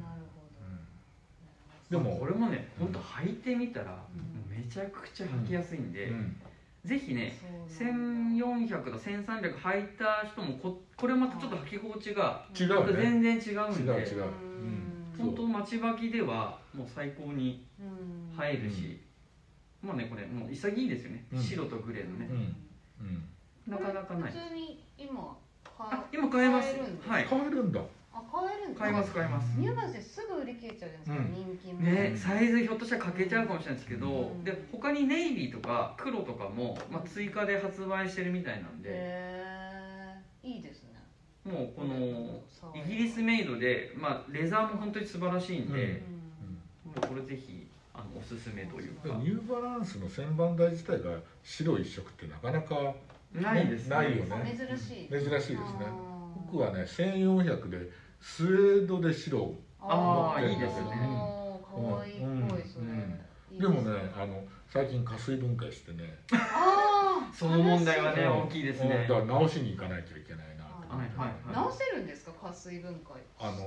[SPEAKER 1] なるほど、
[SPEAKER 3] でも
[SPEAKER 2] これもね
[SPEAKER 3] うん
[SPEAKER 2] 本当履いてみたら、
[SPEAKER 1] うん
[SPEAKER 2] めちゃくちゃ履きやすいんで、
[SPEAKER 3] うんうん
[SPEAKER 2] ぜひね1400と1300履いた人もここれまたちょっと履き心地が
[SPEAKER 3] 違う
[SPEAKER 2] また
[SPEAKER 3] よね
[SPEAKER 2] 全然違うん
[SPEAKER 3] 違
[SPEAKER 2] で
[SPEAKER 3] う違う、
[SPEAKER 1] うん
[SPEAKER 2] 本当待ち履きではもう最高に
[SPEAKER 1] い
[SPEAKER 2] 入るし、まあねこれもう潔いですよね、
[SPEAKER 3] うん
[SPEAKER 2] 白とグレーのね、
[SPEAKER 3] うん、
[SPEAKER 2] なかなかない
[SPEAKER 1] 普通に今
[SPEAKER 2] あ今買えます
[SPEAKER 1] 買えるんです
[SPEAKER 2] はい
[SPEAKER 3] 変えるんだ
[SPEAKER 1] あ買えるんだ
[SPEAKER 2] 買えます買えます
[SPEAKER 1] ニューバランスですぐ売り切れちゃうじゃないですか、人気も
[SPEAKER 2] ね、サイズひょっとしたら欠けちゃうかもしれないですけど、
[SPEAKER 1] うん
[SPEAKER 2] で他にネイビーとか黒とかも、まあ、追加で発売してるみたいなんで、
[SPEAKER 1] へえいいですね
[SPEAKER 2] もうこのイギリスメイドで、まあ、レザーも本当に素晴らしいんで、もうこれぜひあのおすすめという
[SPEAKER 3] うん
[SPEAKER 2] か
[SPEAKER 3] ニューバランスの旋盤台自体が白一色ってなかなか
[SPEAKER 2] ないですね
[SPEAKER 3] ないよ
[SPEAKER 1] うん
[SPEAKER 3] ね
[SPEAKER 1] 珍しい
[SPEAKER 3] 珍しいですね
[SPEAKER 1] あー
[SPEAKER 3] 僕はね1400でスウェードで白を
[SPEAKER 2] あ
[SPEAKER 3] ーいいですね
[SPEAKER 1] かわいいっぽいそれ、
[SPEAKER 3] うんうん
[SPEAKER 1] いい
[SPEAKER 3] でもねあの最近加水分解してね
[SPEAKER 1] あー
[SPEAKER 2] その問題は
[SPEAKER 1] 悲
[SPEAKER 2] ね
[SPEAKER 1] し
[SPEAKER 2] 大きいですね
[SPEAKER 3] うんだから直しに行かないといけないなと思って
[SPEAKER 2] はいはい
[SPEAKER 1] い直せるんですか加水分解
[SPEAKER 3] あの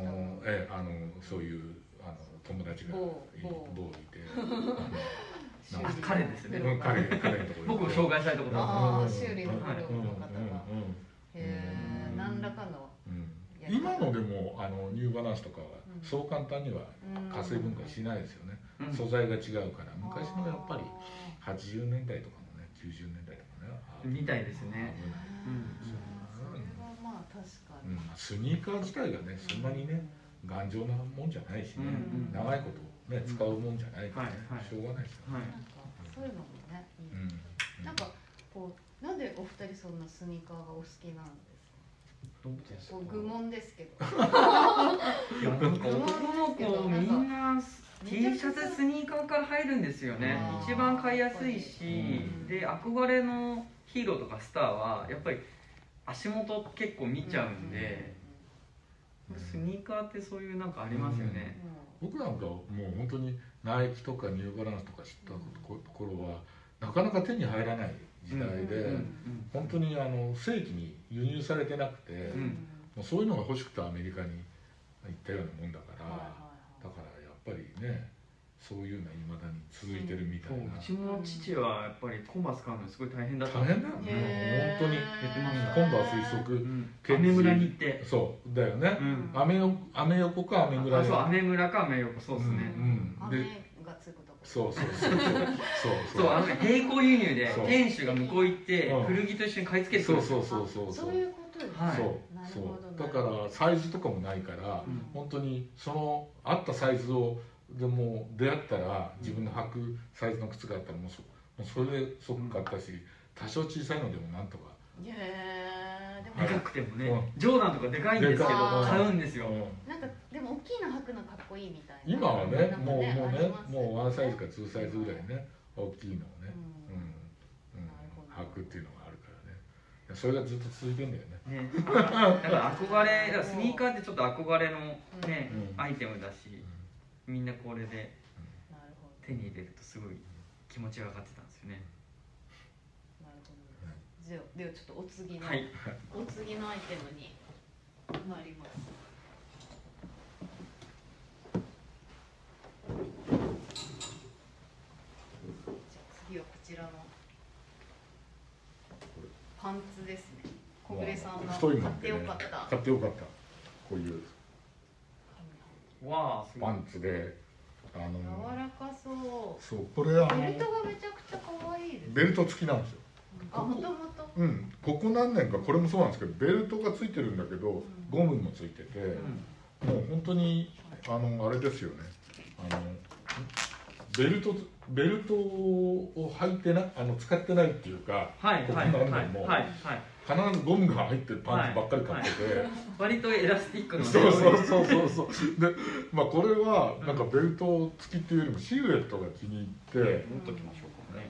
[SPEAKER 3] ええあのそういうあの友達が
[SPEAKER 1] 某
[SPEAKER 3] い
[SPEAKER 1] 某
[SPEAKER 3] 某い てあ
[SPEAKER 1] 修理
[SPEAKER 2] あ彼ですね
[SPEAKER 1] プロ
[SPEAKER 3] のうん
[SPEAKER 1] が
[SPEAKER 3] 彼彼のところ
[SPEAKER 2] 僕も紹介したいところ
[SPEAKER 1] あー
[SPEAKER 2] だ
[SPEAKER 1] 修理のプロの方が
[SPEAKER 3] うんうん
[SPEAKER 1] へえ何らかの
[SPEAKER 3] うんうん今のでもあのニューバランスとかは
[SPEAKER 1] うん
[SPEAKER 3] そう簡単には
[SPEAKER 1] うん
[SPEAKER 3] 加水分解しないですよね、
[SPEAKER 2] うん
[SPEAKER 3] 素材が違うから昔のやっぱり
[SPEAKER 1] あ
[SPEAKER 3] 80年代とかのね90年代とかねあ
[SPEAKER 2] みたいです
[SPEAKER 3] 危ない
[SPEAKER 2] ね、
[SPEAKER 1] ー
[SPEAKER 2] うん
[SPEAKER 1] それはまあ確か
[SPEAKER 3] う
[SPEAKER 1] に、
[SPEAKER 3] ん、スニーカー自体がねそんなにね頑丈なもんじゃないし
[SPEAKER 2] う
[SPEAKER 3] ね、
[SPEAKER 2] ん
[SPEAKER 3] 長いこと、ね、使うもんじゃないからね、
[SPEAKER 2] はいはい
[SPEAKER 3] しょうがないですよね、
[SPEAKER 2] は
[SPEAKER 1] なん
[SPEAKER 2] い
[SPEAKER 1] かそういうのもねいい、
[SPEAKER 3] うん
[SPEAKER 1] なんかこうなんでお二人そんなスニーカーがお好きなんですか
[SPEAKER 2] どうですか
[SPEAKER 1] こう愚問ですけど
[SPEAKER 2] いやなんか男の子みんな T シャツスニーカーから入るんですよね
[SPEAKER 1] あー
[SPEAKER 2] 一番買いやすいし、
[SPEAKER 3] うん
[SPEAKER 2] で憧れのヒーローとかスターはやっぱり足元結構見ちゃうんで、
[SPEAKER 3] うん
[SPEAKER 2] スニーカーってそういうなんかありますよね、
[SPEAKER 3] 僕なんかはもう本当にナイキとかニューバランスとか知ったこ頃はなかなか手に入らない時代で、
[SPEAKER 1] うんうん
[SPEAKER 3] 本当にあの正規に輸入されてなくて、
[SPEAKER 1] うん
[SPEAKER 2] ん
[SPEAKER 3] もうそういうのが欲しくてアメリカに行ったようなもんだから、
[SPEAKER 1] はいはい
[SPEAKER 3] だからやっぱりねそういうのはいまだに続いてるみた
[SPEAKER 2] そう
[SPEAKER 3] いな、
[SPEAKER 2] うちの父はやっぱりコンバース買うのすごい大変だった
[SPEAKER 3] 大変だよ
[SPEAKER 1] はい
[SPEAKER 3] ね本当に
[SPEAKER 2] 減ってました
[SPEAKER 3] 今度は推測
[SPEAKER 2] うん
[SPEAKER 3] ケンジ
[SPEAKER 2] 雨村に行って、
[SPEAKER 3] そうだよね
[SPEAKER 2] う、
[SPEAKER 1] ん
[SPEAKER 2] ん、
[SPEAKER 3] アメよアメ横かアメ村
[SPEAKER 2] あそう
[SPEAKER 3] よ
[SPEAKER 2] 雨村か雨横そうですね、
[SPEAKER 3] うん
[SPEAKER 1] 雨がつくとこ
[SPEAKER 3] そうそうそうそうそう
[SPEAKER 2] そうあの並行輸入で
[SPEAKER 3] そう
[SPEAKER 2] 店主が向こう行って
[SPEAKER 3] うん
[SPEAKER 2] 古着と一緒に買い付けてく
[SPEAKER 3] そ
[SPEAKER 2] る
[SPEAKER 3] うそう
[SPEAKER 1] う
[SPEAKER 3] そうそうそう
[SPEAKER 1] そういうことですね、
[SPEAKER 2] はい
[SPEAKER 3] そう
[SPEAKER 1] なる
[SPEAKER 3] そう
[SPEAKER 1] ほどね
[SPEAKER 3] だからサイズとかもないから
[SPEAKER 1] うん
[SPEAKER 3] 本当にその合ったサイズをでも出会ったら自分の履くサイズの靴があったらもうそもうそれでそっかったし多少小さいのでもなんとか
[SPEAKER 1] へえでも
[SPEAKER 2] でかくてもね、
[SPEAKER 3] う
[SPEAKER 2] ジョーダンとかでかいんですけど
[SPEAKER 1] でかい
[SPEAKER 2] 買うんですよ、
[SPEAKER 3] うん
[SPEAKER 1] なんかでも大きいの履くのかっこいいみたいな
[SPEAKER 3] 今は
[SPEAKER 1] なん
[SPEAKER 3] ね
[SPEAKER 1] か
[SPEAKER 3] もうもう
[SPEAKER 1] あり
[SPEAKER 3] ね
[SPEAKER 1] ますよ
[SPEAKER 3] もうワンサイズかツーサイズぐらいね大きいのをね
[SPEAKER 1] うん
[SPEAKER 3] うんうん
[SPEAKER 1] なるほど
[SPEAKER 3] 履くっていうのがあるからねそれがずっと続いてんだよね
[SPEAKER 2] ね、だから憧れだからスニーカーってちょっと憧れのね、
[SPEAKER 3] うん
[SPEAKER 2] アイテムだしみんなこれで
[SPEAKER 1] なるほど
[SPEAKER 2] 手に入れるとすごい気持ちが上がってたんですよね
[SPEAKER 1] なるほどですではではちょっとお次の、
[SPEAKER 2] はい
[SPEAKER 1] お次のアイテムに参りますじゃあ次はこちらのパンツですね小暮さんが
[SPEAKER 3] 太いも
[SPEAKER 1] 買っ
[SPEAKER 3] ん
[SPEAKER 1] て
[SPEAKER 3] で
[SPEAKER 1] よ
[SPEAKER 3] ね
[SPEAKER 1] かった
[SPEAKER 3] 買ってよかったこういう
[SPEAKER 2] わあすご
[SPEAKER 3] パ
[SPEAKER 2] い
[SPEAKER 3] ンツであの
[SPEAKER 1] 柔らかそう
[SPEAKER 3] そうこれあの
[SPEAKER 1] ベルトがめちゃくちゃ可愛いです
[SPEAKER 3] ベルト付きなんですよ
[SPEAKER 1] あもともと
[SPEAKER 3] うんここ何年かこれもそうなんですけどベルトが付いてるんだけどゴムも付いててもう本当にあのあれですよねあのベルトベルトを履いてなあの使ってないっていうか
[SPEAKER 2] はいはいはいはいはい
[SPEAKER 3] 必ずゴムが入ってるパンツばっかり買ってて、
[SPEAKER 2] 割とエラスティックのね
[SPEAKER 3] そうそうそうそうそうでまあこれはなんかベルト付きっていうよりもシルエットが気に入って
[SPEAKER 2] 持っときましょうかね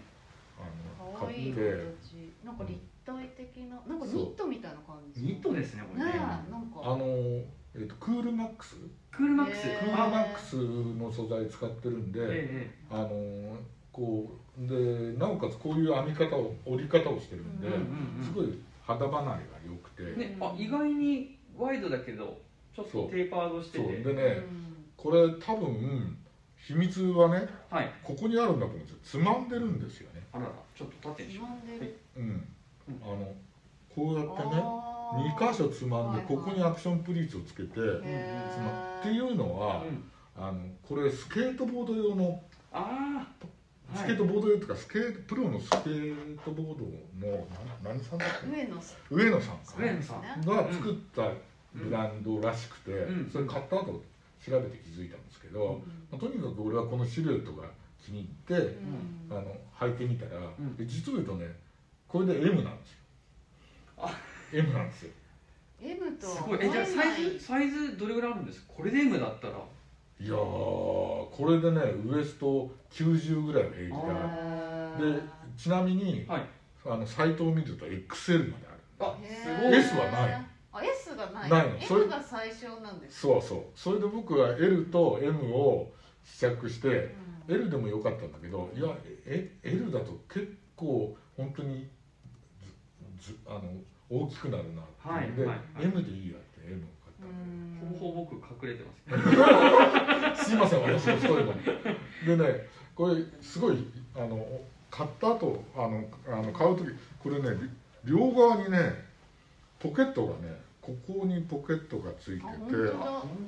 [SPEAKER 3] あの
[SPEAKER 1] 可愛
[SPEAKER 3] 買
[SPEAKER 1] い
[SPEAKER 3] っ
[SPEAKER 1] 形
[SPEAKER 3] て
[SPEAKER 1] なんか立体的ななんかニットみたいな感じ
[SPEAKER 2] ニットですねこれ
[SPEAKER 1] ねえ
[SPEAKER 2] ね
[SPEAKER 1] なんか
[SPEAKER 3] あの、えっとクス
[SPEAKER 2] クールマックス
[SPEAKER 1] へ
[SPEAKER 3] ク
[SPEAKER 1] ー
[SPEAKER 3] ールマックスの素材使ってるんで、
[SPEAKER 2] え
[SPEAKER 3] あのーこうでなおかつこういう編み方を織り方をしてるんで、
[SPEAKER 2] えええ
[SPEAKER 1] うん
[SPEAKER 3] す
[SPEAKER 2] う
[SPEAKER 3] ごい肌離れが良くて、
[SPEAKER 2] んうんねあ意外にワイドだけどちょっ
[SPEAKER 3] そ
[SPEAKER 2] と
[SPEAKER 3] う
[SPEAKER 2] テーパードして
[SPEAKER 3] そう
[SPEAKER 2] て
[SPEAKER 3] でねこれ多分秘密はね
[SPEAKER 2] はい
[SPEAKER 3] ここにあるんだと思うんですよつまんでるんですよね、
[SPEAKER 2] あららちょっと立ってみ
[SPEAKER 1] つ
[SPEAKER 2] し
[SPEAKER 1] まんでる
[SPEAKER 3] うん
[SPEAKER 2] うん、
[SPEAKER 3] あのこうやってね
[SPEAKER 1] あー
[SPEAKER 3] 2箇所つまんで
[SPEAKER 1] はいはい
[SPEAKER 3] ここにアクションプリーツをつけて、
[SPEAKER 1] へー
[SPEAKER 3] つまっていうのは、
[SPEAKER 2] うん
[SPEAKER 3] あのこれスケートボード用の
[SPEAKER 2] ああ
[SPEAKER 3] スケートボード用というかスケートプロのスケートボードのな何さんだっけ
[SPEAKER 1] 上野さ
[SPEAKER 3] 上野さん
[SPEAKER 1] ん
[SPEAKER 3] か
[SPEAKER 2] 上
[SPEAKER 1] で
[SPEAKER 2] 野
[SPEAKER 1] す
[SPEAKER 2] さん
[SPEAKER 1] ね
[SPEAKER 3] が作ったブランドらしくて、
[SPEAKER 2] うん
[SPEAKER 3] それ買った後調べて気づいたんですけど、まあとにかく俺はこのシルエットが気に入って、
[SPEAKER 1] うん
[SPEAKER 3] あの履いてみたら、
[SPEAKER 2] うん
[SPEAKER 3] で実を言うとねこれで M なんですよ
[SPEAKER 2] あ
[SPEAKER 3] M なんですよ
[SPEAKER 1] M と
[SPEAKER 2] す
[SPEAKER 1] は
[SPEAKER 2] ごいえじゃあサイズサイズどれぐらいあるんですかこれで M だったら
[SPEAKER 3] いやーこれでねウエスト90ぐらいの平
[SPEAKER 2] あ
[SPEAKER 3] 気
[SPEAKER 2] ー
[SPEAKER 3] だ
[SPEAKER 1] で
[SPEAKER 3] でちなみに、
[SPEAKER 2] はい
[SPEAKER 3] あのサイトを見ると XL まである
[SPEAKER 2] あすごい
[SPEAKER 3] S はない
[SPEAKER 1] あ S がない
[SPEAKER 3] ないのそれ
[SPEAKER 1] M が最小なんです
[SPEAKER 3] そうそうそれで僕は L と M を試着して、
[SPEAKER 1] うん
[SPEAKER 3] L でも良かったんだけどいやえ L だと結構本当にずずあの大きくなるなっていうんで、
[SPEAKER 2] はいはいはい
[SPEAKER 3] M でいいやって M を買ったんだけど
[SPEAKER 2] ほぼほぼ僕隠れてますけど
[SPEAKER 3] すいません私も太いのにでねこれすごいあの買った後あのあの買う時これねり両側にねポケットがねここにポケットがついてて
[SPEAKER 1] あ本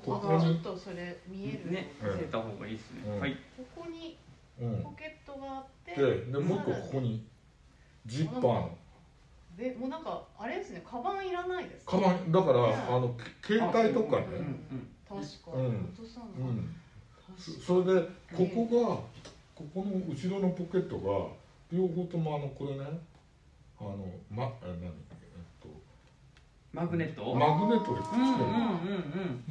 [SPEAKER 1] 当だ
[SPEAKER 3] ここ
[SPEAKER 1] あちょ
[SPEAKER 3] に
[SPEAKER 1] っとそれ見える
[SPEAKER 2] ね
[SPEAKER 3] うん
[SPEAKER 2] 見せた方がいいですね、
[SPEAKER 3] うん
[SPEAKER 2] はい
[SPEAKER 1] ここに
[SPEAKER 3] うん
[SPEAKER 1] ポケットがあって
[SPEAKER 3] ででもう一個ここにジッパーの
[SPEAKER 1] でもうなんかあれですねカバンいらないです
[SPEAKER 3] カバンだからあのけ携帯とかね
[SPEAKER 2] うんうん
[SPEAKER 1] 確か
[SPEAKER 3] うん
[SPEAKER 1] 落とさ
[SPEAKER 3] う
[SPEAKER 1] ない
[SPEAKER 3] んそ
[SPEAKER 1] 確か
[SPEAKER 3] それでここがここの後ろのポケットが両方ともあのこれねあのまえ何えっと
[SPEAKER 2] マグネット、
[SPEAKER 3] マグネットでくっつけ
[SPEAKER 2] う
[SPEAKER 3] る
[SPEAKER 2] んうん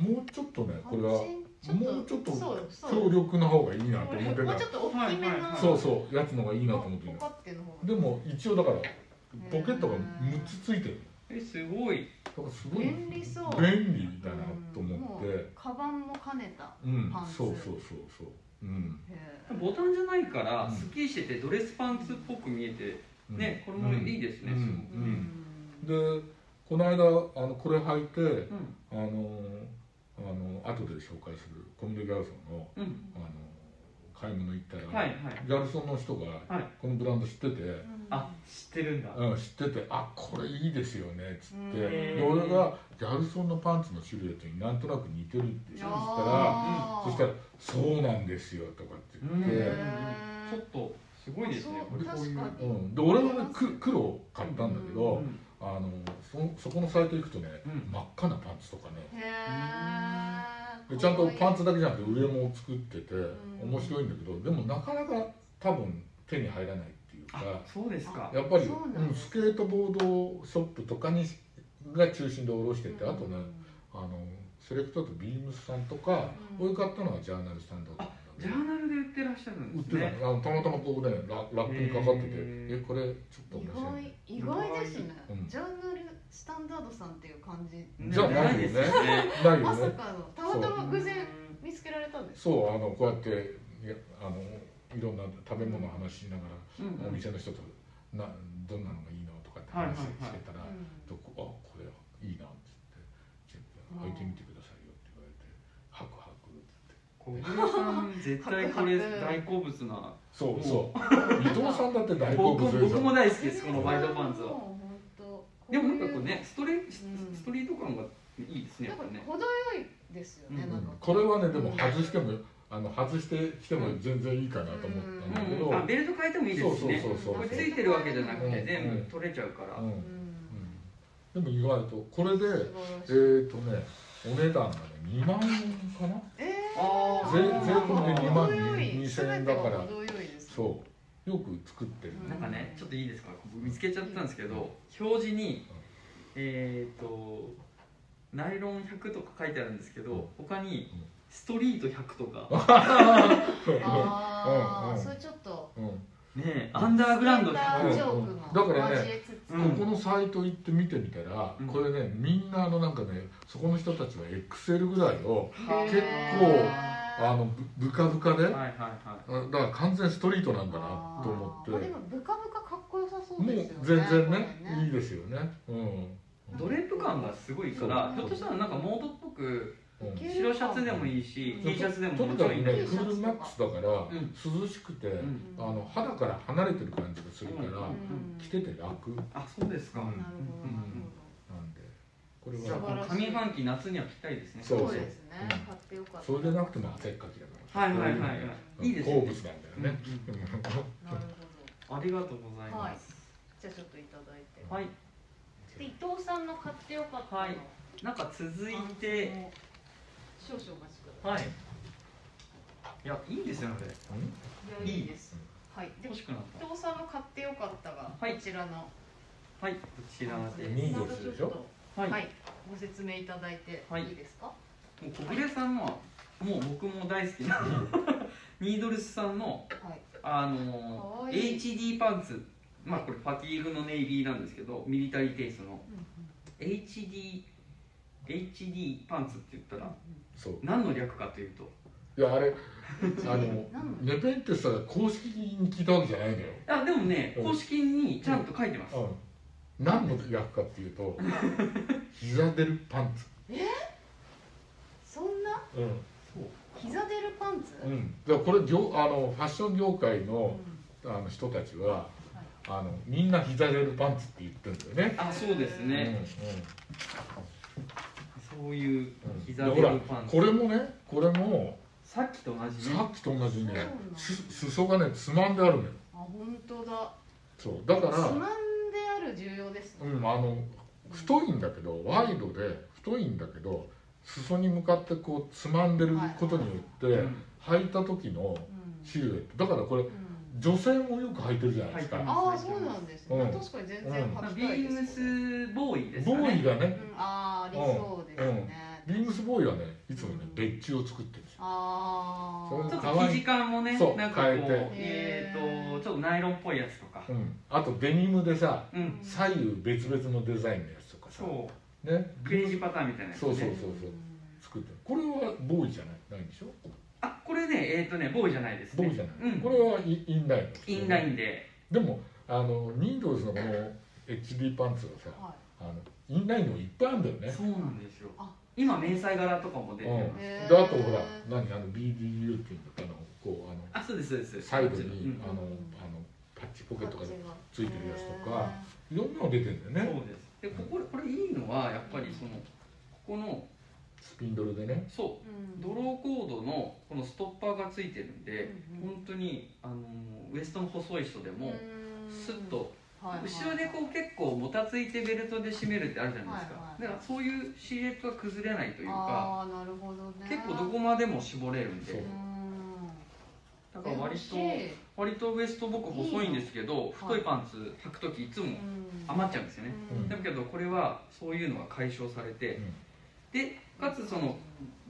[SPEAKER 2] うん
[SPEAKER 3] もうちょっとねこれは
[SPEAKER 1] 安心
[SPEAKER 3] もうちょっと
[SPEAKER 1] そうそう
[SPEAKER 3] 強力な方がいいなと思って
[SPEAKER 1] も
[SPEAKER 3] た
[SPEAKER 1] うちょっと大きめ
[SPEAKER 2] はい
[SPEAKER 1] な
[SPEAKER 2] はい
[SPEAKER 3] そうそうやつの方がいいなと思って
[SPEAKER 1] ポ
[SPEAKER 3] た
[SPEAKER 1] カっての方が
[SPEAKER 3] でも一応だからポケットが
[SPEAKER 1] へー
[SPEAKER 3] 6つついてる
[SPEAKER 2] うんえすごい
[SPEAKER 3] だからすごい
[SPEAKER 1] 便利そう
[SPEAKER 3] 便利だなと思っ
[SPEAKER 1] うんも
[SPEAKER 3] て
[SPEAKER 1] うカバンも兼ねた
[SPEAKER 3] うん
[SPEAKER 1] パンツ
[SPEAKER 3] そうそうそうそううん
[SPEAKER 1] へえ
[SPEAKER 2] ボタンじゃないから
[SPEAKER 3] うん
[SPEAKER 2] スッキリしててドレスパンツっぽく見えてねこれもいいですね
[SPEAKER 3] うん
[SPEAKER 2] す
[SPEAKER 1] う
[SPEAKER 3] うん
[SPEAKER 1] ん
[SPEAKER 3] でこの間あのこれ履いて
[SPEAKER 2] うん
[SPEAKER 3] あのあの後で紹介するコンビニギャルソンの
[SPEAKER 2] うん
[SPEAKER 3] あの買い物行ったら、
[SPEAKER 2] はいはい
[SPEAKER 3] ギャルソンの人が
[SPEAKER 2] はい
[SPEAKER 3] このブランド知ってて、
[SPEAKER 2] あ知ってるんだ
[SPEAKER 3] うん、知ってて「あこれいいですよね」っつって
[SPEAKER 1] うん
[SPEAKER 3] で俺がギャルソンのパンツのシルエットになんとなく似てるって言ったら
[SPEAKER 1] あー
[SPEAKER 3] そしたら「そうなんですよ」とかって
[SPEAKER 2] う
[SPEAKER 3] 言
[SPEAKER 2] ん
[SPEAKER 3] って、
[SPEAKER 1] へ
[SPEAKER 2] ちょっとすごいですね
[SPEAKER 1] そう
[SPEAKER 3] 俺こういう
[SPEAKER 1] 確か
[SPEAKER 3] う
[SPEAKER 1] に
[SPEAKER 3] ん、で俺はねく黒を買ったんだけど、
[SPEAKER 2] うん
[SPEAKER 3] あのそそこのサイト行くとね、
[SPEAKER 2] うん
[SPEAKER 3] 真っ赤なパンツとかね
[SPEAKER 1] へえ
[SPEAKER 3] でちゃんとパン
[SPEAKER 1] ツ
[SPEAKER 3] ツだけじゃなくて上も作ってて
[SPEAKER 1] ん
[SPEAKER 3] 面白いんだけどでもなかなか多分手に入らないっていうか
[SPEAKER 2] あそうですか
[SPEAKER 3] やっぱり
[SPEAKER 1] そうなんだ
[SPEAKER 3] うんスケートボードショップとかにが中心で卸しててあとねあのセレクトだとビームスさんとか
[SPEAKER 1] う
[SPEAKER 3] こ
[SPEAKER 1] ん
[SPEAKER 3] れ買ったのはジャーナルさんだったんだ
[SPEAKER 2] ジャーナルで売ってらっしゃるん
[SPEAKER 3] 売っ
[SPEAKER 2] です
[SPEAKER 3] てない
[SPEAKER 2] ね
[SPEAKER 3] あのたまたまこうねララップにかかってて
[SPEAKER 2] へー
[SPEAKER 3] えこれちょっと
[SPEAKER 1] 意
[SPEAKER 3] 面白
[SPEAKER 1] 外意
[SPEAKER 3] いね
[SPEAKER 1] 外ですね
[SPEAKER 3] うん
[SPEAKER 1] ジャーナルスタンダードさんっていう感じ
[SPEAKER 2] ね
[SPEAKER 3] じゃあないよね
[SPEAKER 2] ですよね
[SPEAKER 3] ないよ
[SPEAKER 1] まさ
[SPEAKER 3] ね
[SPEAKER 1] かのたまたま偶然
[SPEAKER 2] うん
[SPEAKER 1] 見つけられたんです
[SPEAKER 3] そうあのこうやっていやあのいろんな食べ物の話しながら
[SPEAKER 2] うん
[SPEAKER 3] お店の人となどんなのがいいのとかって話してたら、
[SPEAKER 1] うん
[SPEAKER 3] どこあこれいいなって言って全部履いてみてくださいよって言われて「はくはく」って
[SPEAKER 2] 小暮さん絶対これ大好物な
[SPEAKER 3] 言ってそうそう伊藤さんだって大好
[SPEAKER 2] 僕
[SPEAKER 3] 物
[SPEAKER 2] も
[SPEAKER 3] です
[SPEAKER 2] 僕も
[SPEAKER 3] よ
[SPEAKER 2] 大好きですこのワイドパンツは
[SPEAKER 1] もう本当
[SPEAKER 2] でもなんかこうねストレ
[SPEAKER 1] う
[SPEAKER 2] ス
[SPEAKER 1] ん
[SPEAKER 2] ストリート感がいいですね
[SPEAKER 1] なん
[SPEAKER 2] やっ
[SPEAKER 1] か
[SPEAKER 2] ぱね
[SPEAKER 1] 程よいですよね、
[SPEAKER 2] うん
[SPEAKER 1] なんか
[SPEAKER 3] これはねでも外してもあの外してきても全然いいかなと思ったんだけ
[SPEAKER 2] う
[SPEAKER 3] ど、
[SPEAKER 2] んあベルト変えてもいいですしね
[SPEAKER 3] そうそうそう
[SPEAKER 2] これついてるわけじゃなくて
[SPEAKER 3] うん
[SPEAKER 2] 全部取れちゃうから
[SPEAKER 3] うんう
[SPEAKER 1] うんん、
[SPEAKER 3] でも意外とこれで
[SPEAKER 1] 素晴ら
[SPEAKER 3] え
[SPEAKER 1] しい
[SPEAKER 3] っ、ー、とねお値段がね2万円かな
[SPEAKER 1] えー
[SPEAKER 2] あー
[SPEAKER 3] 税税込みで2万
[SPEAKER 1] 程よい
[SPEAKER 3] 2000円だか
[SPEAKER 1] 全てが
[SPEAKER 3] ら
[SPEAKER 1] 程よいです
[SPEAKER 3] そうよく作ってる、
[SPEAKER 2] なんかねちょっといいですか僕見つけちゃったんですけど表示にえっとナイロン100とか書いてあるんですけど他に
[SPEAKER 3] うん
[SPEAKER 2] ストリート100とか
[SPEAKER 1] ああ、
[SPEAKER 3] うんうん
[SPEAKER 1] それちょっと
[SPEAKER 3] うん
[SPEAKER 2] ねえアンダーグラウンド
[SPEAKER 1] ジ
[SPEAKER 2] 100
[SPEAKER 1] ョークも
[SPEAKER 3] だからね
[SPEAKER 1] 交えつつ
[SPEAKER 2] うん
[SPEAKER 3] ここのサイト行って見てみたら、
[SPEAKER 2] うん
[SPEAKER 3] これねみんなあのなんかねそこの人たちはエクセルぐらいを結構あ
[SPEAKER 1] へー
[SPEAKER 3] のぶぶかぶかで、
[SPEAKER 2] はいはいはい
[SPEAKER 3] あだから完全ストリートなんだなと思って
[SPEAKER 1] あーでもブカブカかっこよさそう
[SPEAKER 3] もう
[SPEAKER 1] ですよね
[SPEAKER 3] 全然ね
[SPEAKER 1] これ
[SPEAKER 3] いいですよねうん
[SPEAKER 2] ドレープ感がすごいからひょっとしたらなんかモードっぽく
[SPEAKER 3] うん
[SPEAKER 1] いけ
[SPEAKER 2] 白シャツでもいいし
[SPEAKER 1] うん
[SPEAKER 2] T シャツでも
[SPEAKER 3] と
[SPEAKER 2] もち
[SPEAKER 3] にか
[SPEAKER 2] ろ
[SPEAKER 3] く
[SPEAKER 2] んいい
[SPEAKER 3] ね
[SPEAKER 2] んだ
[SPEAKER 3] ク
[SPEAKER 2] けど、
[SPEAKER 3] ールマックスだから、
[SPEAKER 2] ん
[SPEAKER 3] 涼しくて、
[SPEAKER 2] うん
[SPEAKER 3] あの肌から離れてる感じがするから、
[SPEAKER 2] うん
[SPEAKER 3] 着てて楽
[SPEAKER 2] あそうですか、
[SPEAKER 1] な
[SPEAKER 3] うん
[SPEAKER 1] るほどなるほど
[SPEAKER 3] なんでこれ
[SPEAKER 2] じゃあ
[SPEAKER 3] は
[SPEAKER 2] この上半期夏にはぴったりですね
[SPEAKER 3] そう
[SPEAKER 1] そ
[SPEAKER 3] そう
[SPEAKER 1] うですね
[SPEAKER 3] うん。
[SPEAKER 1] 買ってよかった。
[SPEAKER 3] それでなくても汗っかきだか
[SPEAKER 2] は
[SPEAKER 3] ら
[SPEAKER 2] いはいはいはい
[SPEAKER 3] うん
[SPEAKER 2] いいですよ
[SPEAKER 3] 好
[SPEAKER 2] ね
[SPEAKER 3] 物なんだよね、
[SPEAKER 2] うん
[SPEAKER 3] うん
[SPEAKER 1] なるほど。
[SPEAKER 2] うんありがとうございます
[SPEAKER 1] じゃあちょっといただいて。
[SPEAKER 2] はい、
[SPEAKER 1] で伊藤さんの買ってよかったの。
[SPEAKER 2] はいなんか続いて。
[SPEAKER 1] 少々お待ちくだ
[SPEAKER 2] はいいやいいんですよねこれ
[SPEAKER 1] さい。
[SPEAKER 2] いい
[SPEAKER 1] です。はい。で伊
[SPEAKER 2] 欲しくなった
[SPEAKER 1] 藤さんの買ってよかったがこ
[SPEAKER 2] はい
[SPEAKER 1] ちらの。
[SPEAKER 2] はいこちらで
[SPEAKER 3] いい
[SPEAKER 1] ちょっ
[SPEAKER 3] ですでしょ
[SPEAKER 1] と
[SPEAKER 2] はい、
[SPEAKER 1] はい。ご説明いただいて
[SPEAKER 2] はい
[SPEAKER 1] いいですか。
[SPEAKER 2] もう小暮さんはもう僕も大好きなニードルスさんの
[SPEAKER 1] はい。
[SPEAKER 2] あの
[SPEAKER 1] かわいい
[SPEAKER 2] HD パンツまあこれパティールのネイビーなんですけどミリタリーテイストの
[SPEAKER 1] うんうん
[SPEAKER 2] HD HD パンツって言ったら
[SPEAKER 3] そう
[SPEAKER 2] 何の略かというと
[SPEAKER 3] いやあれあの
[SPEAKER 1] 何の
[SPEAKER 3] ネペンってさ公式に聞いたんじゃないのよ、
[SPEAKER 2] あでもね
[SPEAKER 3] うん
[SPEAKER 2] 公式にちゃんと書いてます、
[SPEAKER 3] うん、何の略かっていうと膝出るパンツ
[SPEAKER 1] そんな
[SPEAKER 3] うん、
[SPEAKER 1] 膝出るパンツ。
[SPEAKER 3] う
[SPEAKER 1] うん
[SPEAKER 3] ん、だからこれ業あのファッション業界
[SPEAKER 1] は
[SPEAKER 3] のあの人たちはあのみんな膝出るパンツって言ってるんだよね
[SPEAKER 2] あそうですね、そういう
[SPEAKER 3] うんうんうん、
[SPEAKER 2] 膝
[SPEAKER 3] で
[SPEAKER 2] 出
[SPEAKER 3] ほら
[SPEAKER 2] るパンツ
[SPEAKER 3] これもねこれも
[SPEAKER 2] さっきと同じね
[SPEAKER 3] さっきと同じね
[SPEAKER 1] そ
[SPEAKER 3] す
[SPEAKER 1] うなんだ
[SPEAKER 3] 裾がねつまんであるのよ
[SPEAKER 1] あ本当だ。
[SPEAKER 3] そうだか
[SPEAKER 1] つまんで
[SPEAKER 3] ら、
[SPEAKER 1] ある重要です
[SPEAKER 3] う
[SPEAKER 1] ね。
[SPEAKER 3] ん、あの太いんだけどワイドで太いんだけど裾に向かってこうつまんでることによって、
[SPEAKER 2] うん
[SPEAKER 3] 履いた時の
[SPEAKER 1] うん
[SPEAKER 3] シルエットだからこれ
[SPEAKER 1] うん
[SPEAKER 3] 女性もよく履いてるじゃないですか、
[SPEAKER 2] 履いてま
[SPEAKER 1] ああそうなんですね、
[SPEAKER 3] うん
[SPEAKER 1] 確かに全然
[SPEAKER 2] まあ
[SPEAKER 1] 履き
[SPEAKER 2] ビ
[SPEAKER 1] たい
[SPEAKER 2] ー
[SPEAKER 1] で
[SPEAKER 2] ム
[SPEAKER 1] す、うん、
[SPEAKER 2] スボーイです
[SPEAKER 3] ボ
[SPEAKER 2] かね
[SPEAKER 3] ーイがね
[SPEAKER 1] ああありそうですね、
[SPEAKER 3] うんビームスボーイはねいつもね
[SPEAKER 1] うん
[SPEAKER 3] 別注を作ってるんですよ
[SPEAKER 1] あ
[SPEAKER 3] それ
[SPEAKER 2] ちょ
[SPEAKER 1] あ
[SPEAKER 2] っと生地感もね
[SPEAKER 3] そう
[SPEAKER 2] なんかこう
[SPEAKER 3] 変えて
[SPEAKER 2] え
[SPEAKER 1] へ
[SPEAKER 2] ー
[SPEAKER 1] ー
[SPEAKER 2] とちょっとナイロンっぽいやつとか
[SPEAKER 3] うん、あとデニムでさ
[SPEAKER 2] うん
[SPEAKER 3] 左右別々のデザインのやつとかさ
[SPEAKER 2] そ
[SPEAKER 3] ね
[SPEAKER 2] うクレイジーパターンみたいなやつね
[SPEAKER 3] そうそうそうそう作ってるこれはボーイじゃないないんでしょ
[SPEAKER 2] あこれねえっとねボーイじゃないです
[SPEAKER 3] ボーイ
[SPEAKER 2] ね
[SPEAKER 3] じゃない、
[SPEAKER 2] うん
[SPEAKER 3] これはイインラインの
[SPEAKER 2] インラインで
[SPEAKER 3] でもあのニードルズのこの HD パンツはさ
[SPEAKER 1] はい
[SPEAKER 3] あのインラインのもいっぱいあるんだよね
[SPEAKER 2] そうなんですよ
[SPEAKER 1] あ
[SPEAKER 2] 今迷彩柄とかも出て
[SPEAKER 3] う
[SPEAKER 2] ま
[SPEAKER 3] ん、
[SPEAKER 2] す
[SPEAKER 3] で
[SPEAKER 1] へー
[SPEAKER 3] あとほら何あの BDU っていうんだっけあのこうあの
[SPEAKER 2] あそうですそうです
[SPEAKER 3] サイド
[SPEAKER 2] う
[SPEAKER 3] に
[SPEAKER 2] ん
[SPEAKER 3] あのあのパッチポケットがついてるやつとか
[SPEAKER 1] へ
[SPEAKER 3] いろんなの出てんだよね
[SPEAKER 2] そうですでこここれいいのはやっぱりそのここの
[SPEAKER 3] スピンドルでね
[SPEAKER 2] そ
[SPEAKER 1] ー
[SPEAKER 2] うドローコードのこのストッパーがついてるんで
[SPEAKER 1] うんうん
[SPEAKER 2] 本当にあのウエストの細い人でも
[SPEAKER 1] うん
[SPEAKER 2] スッと
[SPEAKER 1] はいはい
[SPEAKER 2] 後ろでこう結構もたついてベルトで締めるってあるじゃないですか、
[SPEAKER 1] はいはい
[SPEAKER 2] だからそういうシルエットが崩れないというか
[SPEAKER 1] ああなるほどね
[SPEAKER 2] 結構どこまでも絞れるん
[SPEAKER 3] そう
[SPEAKER 2] で
[SPEAKER 1] うん
[SPEAKER 2] だから割と
[SPEAKER 1] え
[SPEAKER 2] 割とウエスト僕細いんですけど
[SPEAKER 1] い
[SPEAKER 2] 太いパンツ履く時いつも
[SPEAKER 1] 欲しいうん
[SPEAKER 2] 余っちゃうんですよね、
[SPEAKER 1] うん
[SPEAKER 2] だけどこれはそういうのが解消されてでかつその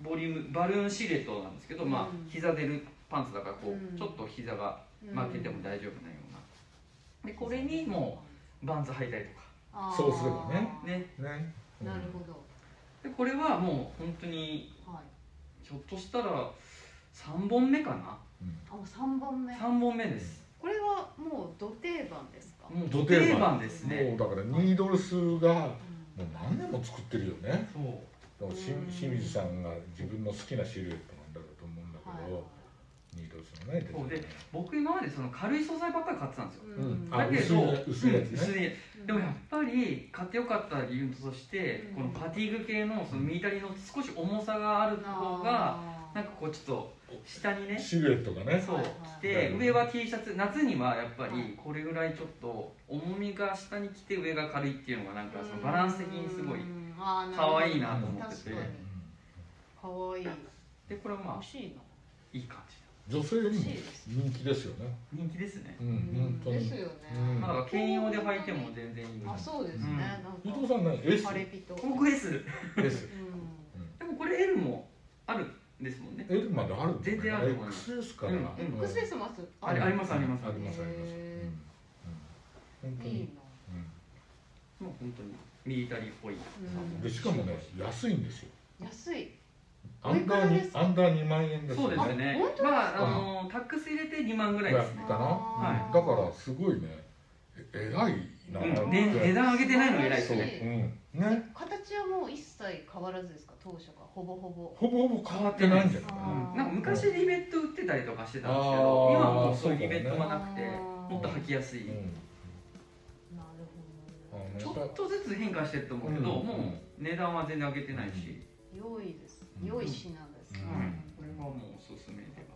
[SPEAKER 2] ボリュームバルーンシルエットなんですけどまあ
[SPEAKER 1] うん
[SPEAKER 2] 膝出るパンツだからこ
[SPEAKER 1] うん
[SPEAKER 2] うちょっと膝が負けても大丈夫なようなでこれにもうバンズ履いたりとか
[SPEAKER 1] あー
[SPEAKER 3] そうすればね
[SPEAKER 2] ね
[SPEAKER 3] ね
[SPEAKER 1] なるほど
[SPEAKER 2] でこれはもう本当に
[SPEAKER 1] はい
[SPEAKER 2] ひょっとしたら3本目かな
[SPEAKER 3] うん
[SPEAKER 1] あ3番目
[SPEAKER 2] 3本目です
[SPEAKER 1] これはもうど定番ですか、
[SPEAKER 2] もう
[SPEAKER 3] ど
[SPEAKER 2] ど
[SPEAKER 3] 定番
[SPEAKER 2] 定番ですね
[SPEAKER 3] もうだからニードルスが
[SPEAKER 1] うん
[SPEAKER 3] もう何年も作ってるよね
[SPEAKER 2] そう
[SPEAKER 3] だからし
[SPEAKER 1] うん
[SPEAKER 3] 清水さんが自分の好きなシルエットなんだろうと思うんだ
[SPEAKER 1] はい
[SPEAKER 3] けど、ニードルスのね
[SPEAKER 2] そう
[SPEAKER 3] デ
[SPEAKER 2] で
[SPEAKER 3] ザイン
[SPEAKER 2] 僕今までその軽い素材ばっかり買ってたんですよ
[SPEAKER 3] うん
[SPEAKER 2] だ
[SPEAKER 3] あ
[SPEAKER 2] けど
[SPEAKER 3] 薄いや
[SPEAKER 2] うん
[SPEAKER 3] 薄いやつね
[SPEAKER 2] 薄いでもやっぱり買ってよかった理由として
[SPEAKER 1] うん
[SPEAKER 2] このパティーグ系のそのミリタリーの少し重さがある方がなんかこうちょっと下にね
[SPEAKER 3] シルエットがね
[SPEAKER 2] そう
[SPEAKER 1] はいはい
[SPEAKER 2] 着て
[SPEAKER 3] うん
[SPEAKER 2] 上は T シャツ夏にはやっぱ
[SPEAKER 1] はい
[SPEAKER 2] りこれぐらいちょっと重みが下に来て上が軽いっていうのがなんかそのバランス的にすごい可
[SPEAKER 1] 可
[SPEAKER 2] 愛い
[SPEAKER 3] なと思
[SPEAKER 2] ってて
[SPEAKER 3] うん
[SPEAKER 1] かわいい
[SPEAKER 2] でこれはま
[SPEAKER 1] 欲しいの
[SPEAKER 2] あいい感じ
[SPEAKER 3] 女性に
[SPEAKER 1] 欲
[SPEAKER 3] も
[SPEAKER 1] しいです
[SPEAKER 3] 人気ですよね
[SPEAKER 2] 人気ですね
[SPEAKER 3] うん本当
[SPEAKER 1] です
[SPEAKER 3] に
[SPEAKER 1] よね、
[SPEAKER 3] うん
[SPEAKER 2] まあだから兼用で履いても全然いい
[SPEAKER 1] あそうですね、
[SPEAKER 2] うん
[SPEAKER 1] なん
[SPEAKER 3] 伊藤
[SPEAKER 1] か
[SPEAKER 3] さん何 S?
[SPEAKER 1] パレピと、うん、
[SPEAKER 2] 僕 S
[SPEAKER 3] です
[SPEAKER 1] うん
[SPEAKER 2] でもこれ L もあるですもんね
[SPEAKER 3] エルマであるんだね
[SPEAKER 2] 全然あると思います
[SPEAKER 3] XS から、
[SPEAKER 2] うんうん
[SPEAKER 3] うん
[SPEAKER 1] XS もあす
[SPEAKER 2] ありありますあります
[SPEAKER 3] ありますあります
[SPEAKER 1] へ
[SPEAKER 3] うんうん本当
[SPEAKER 1] いい
[SPEAKER 3] に
[SPEAKER 1] な
[SPEAKER 2] もう本当にミリタリーっぽい、
[SPEAKER 3] う
[SPEAKER 1] うん
[SPEAKER 3] んでしかもね安いんですよ
[SPEAKER 1] 安い
[SPEAKER 3] アンダ
[SPEAKER 1] おいくらで
[SPEAKER 3] ーに
[SPEAKER 1] すか
[SPEAKER 3] アンダー2万円です
[SPEAKER 2] そうです
[SPEAKER 3] ね
[SPEAKER 2] ね
[SPEAKER 1] あ本当ですか
[SPEAKER 2] まああのタックス入れて2万ぐらいですね
[SPEAKER 3] かな、
[SPEAKER 1] はい
[SPEAKER 3] だからすごいねえ偉いなって、
[SPEAKER 2] うん、ね値段上げてないの偉いです
[SPEAKER 3] そう、う
[SPEAKER 2] ね
[SPEAKER 3] ん、ね
[SPEAKER 1] 形はもう一切変わらずですか当初からほぼほぼ
[SPEAKER 3] ほぼほぼ変わってないんじゃないか
[SPEAKER 1] そう
[SPEAKER 3] な
[SPEAKER 2] なんか昔リベット売ってたりとかしてたんですけど
[SPEAKER 3] あー
[SPEAKER 2] 今はもうそういうリベットがなくて
[SPEAKER 1] あー
[SPEAKER 2] もっと履きやすい、
[SPEAKER 1] なるほど
[SPEAKER 3] うん
[SPEAKER 2] ちょっとずつ変化してると思うけど、
[SPEAKER 3] うん
[SPEAKER 2] もう値段は全然上げてないし、
[SPEAKER 1] 良いです
[SPEAKER 3] うん
[SPEAKER 1] 良い品ですね
[SPEAKER 3] うん
[SPEAKER 2] はいこれはもうおすすめでは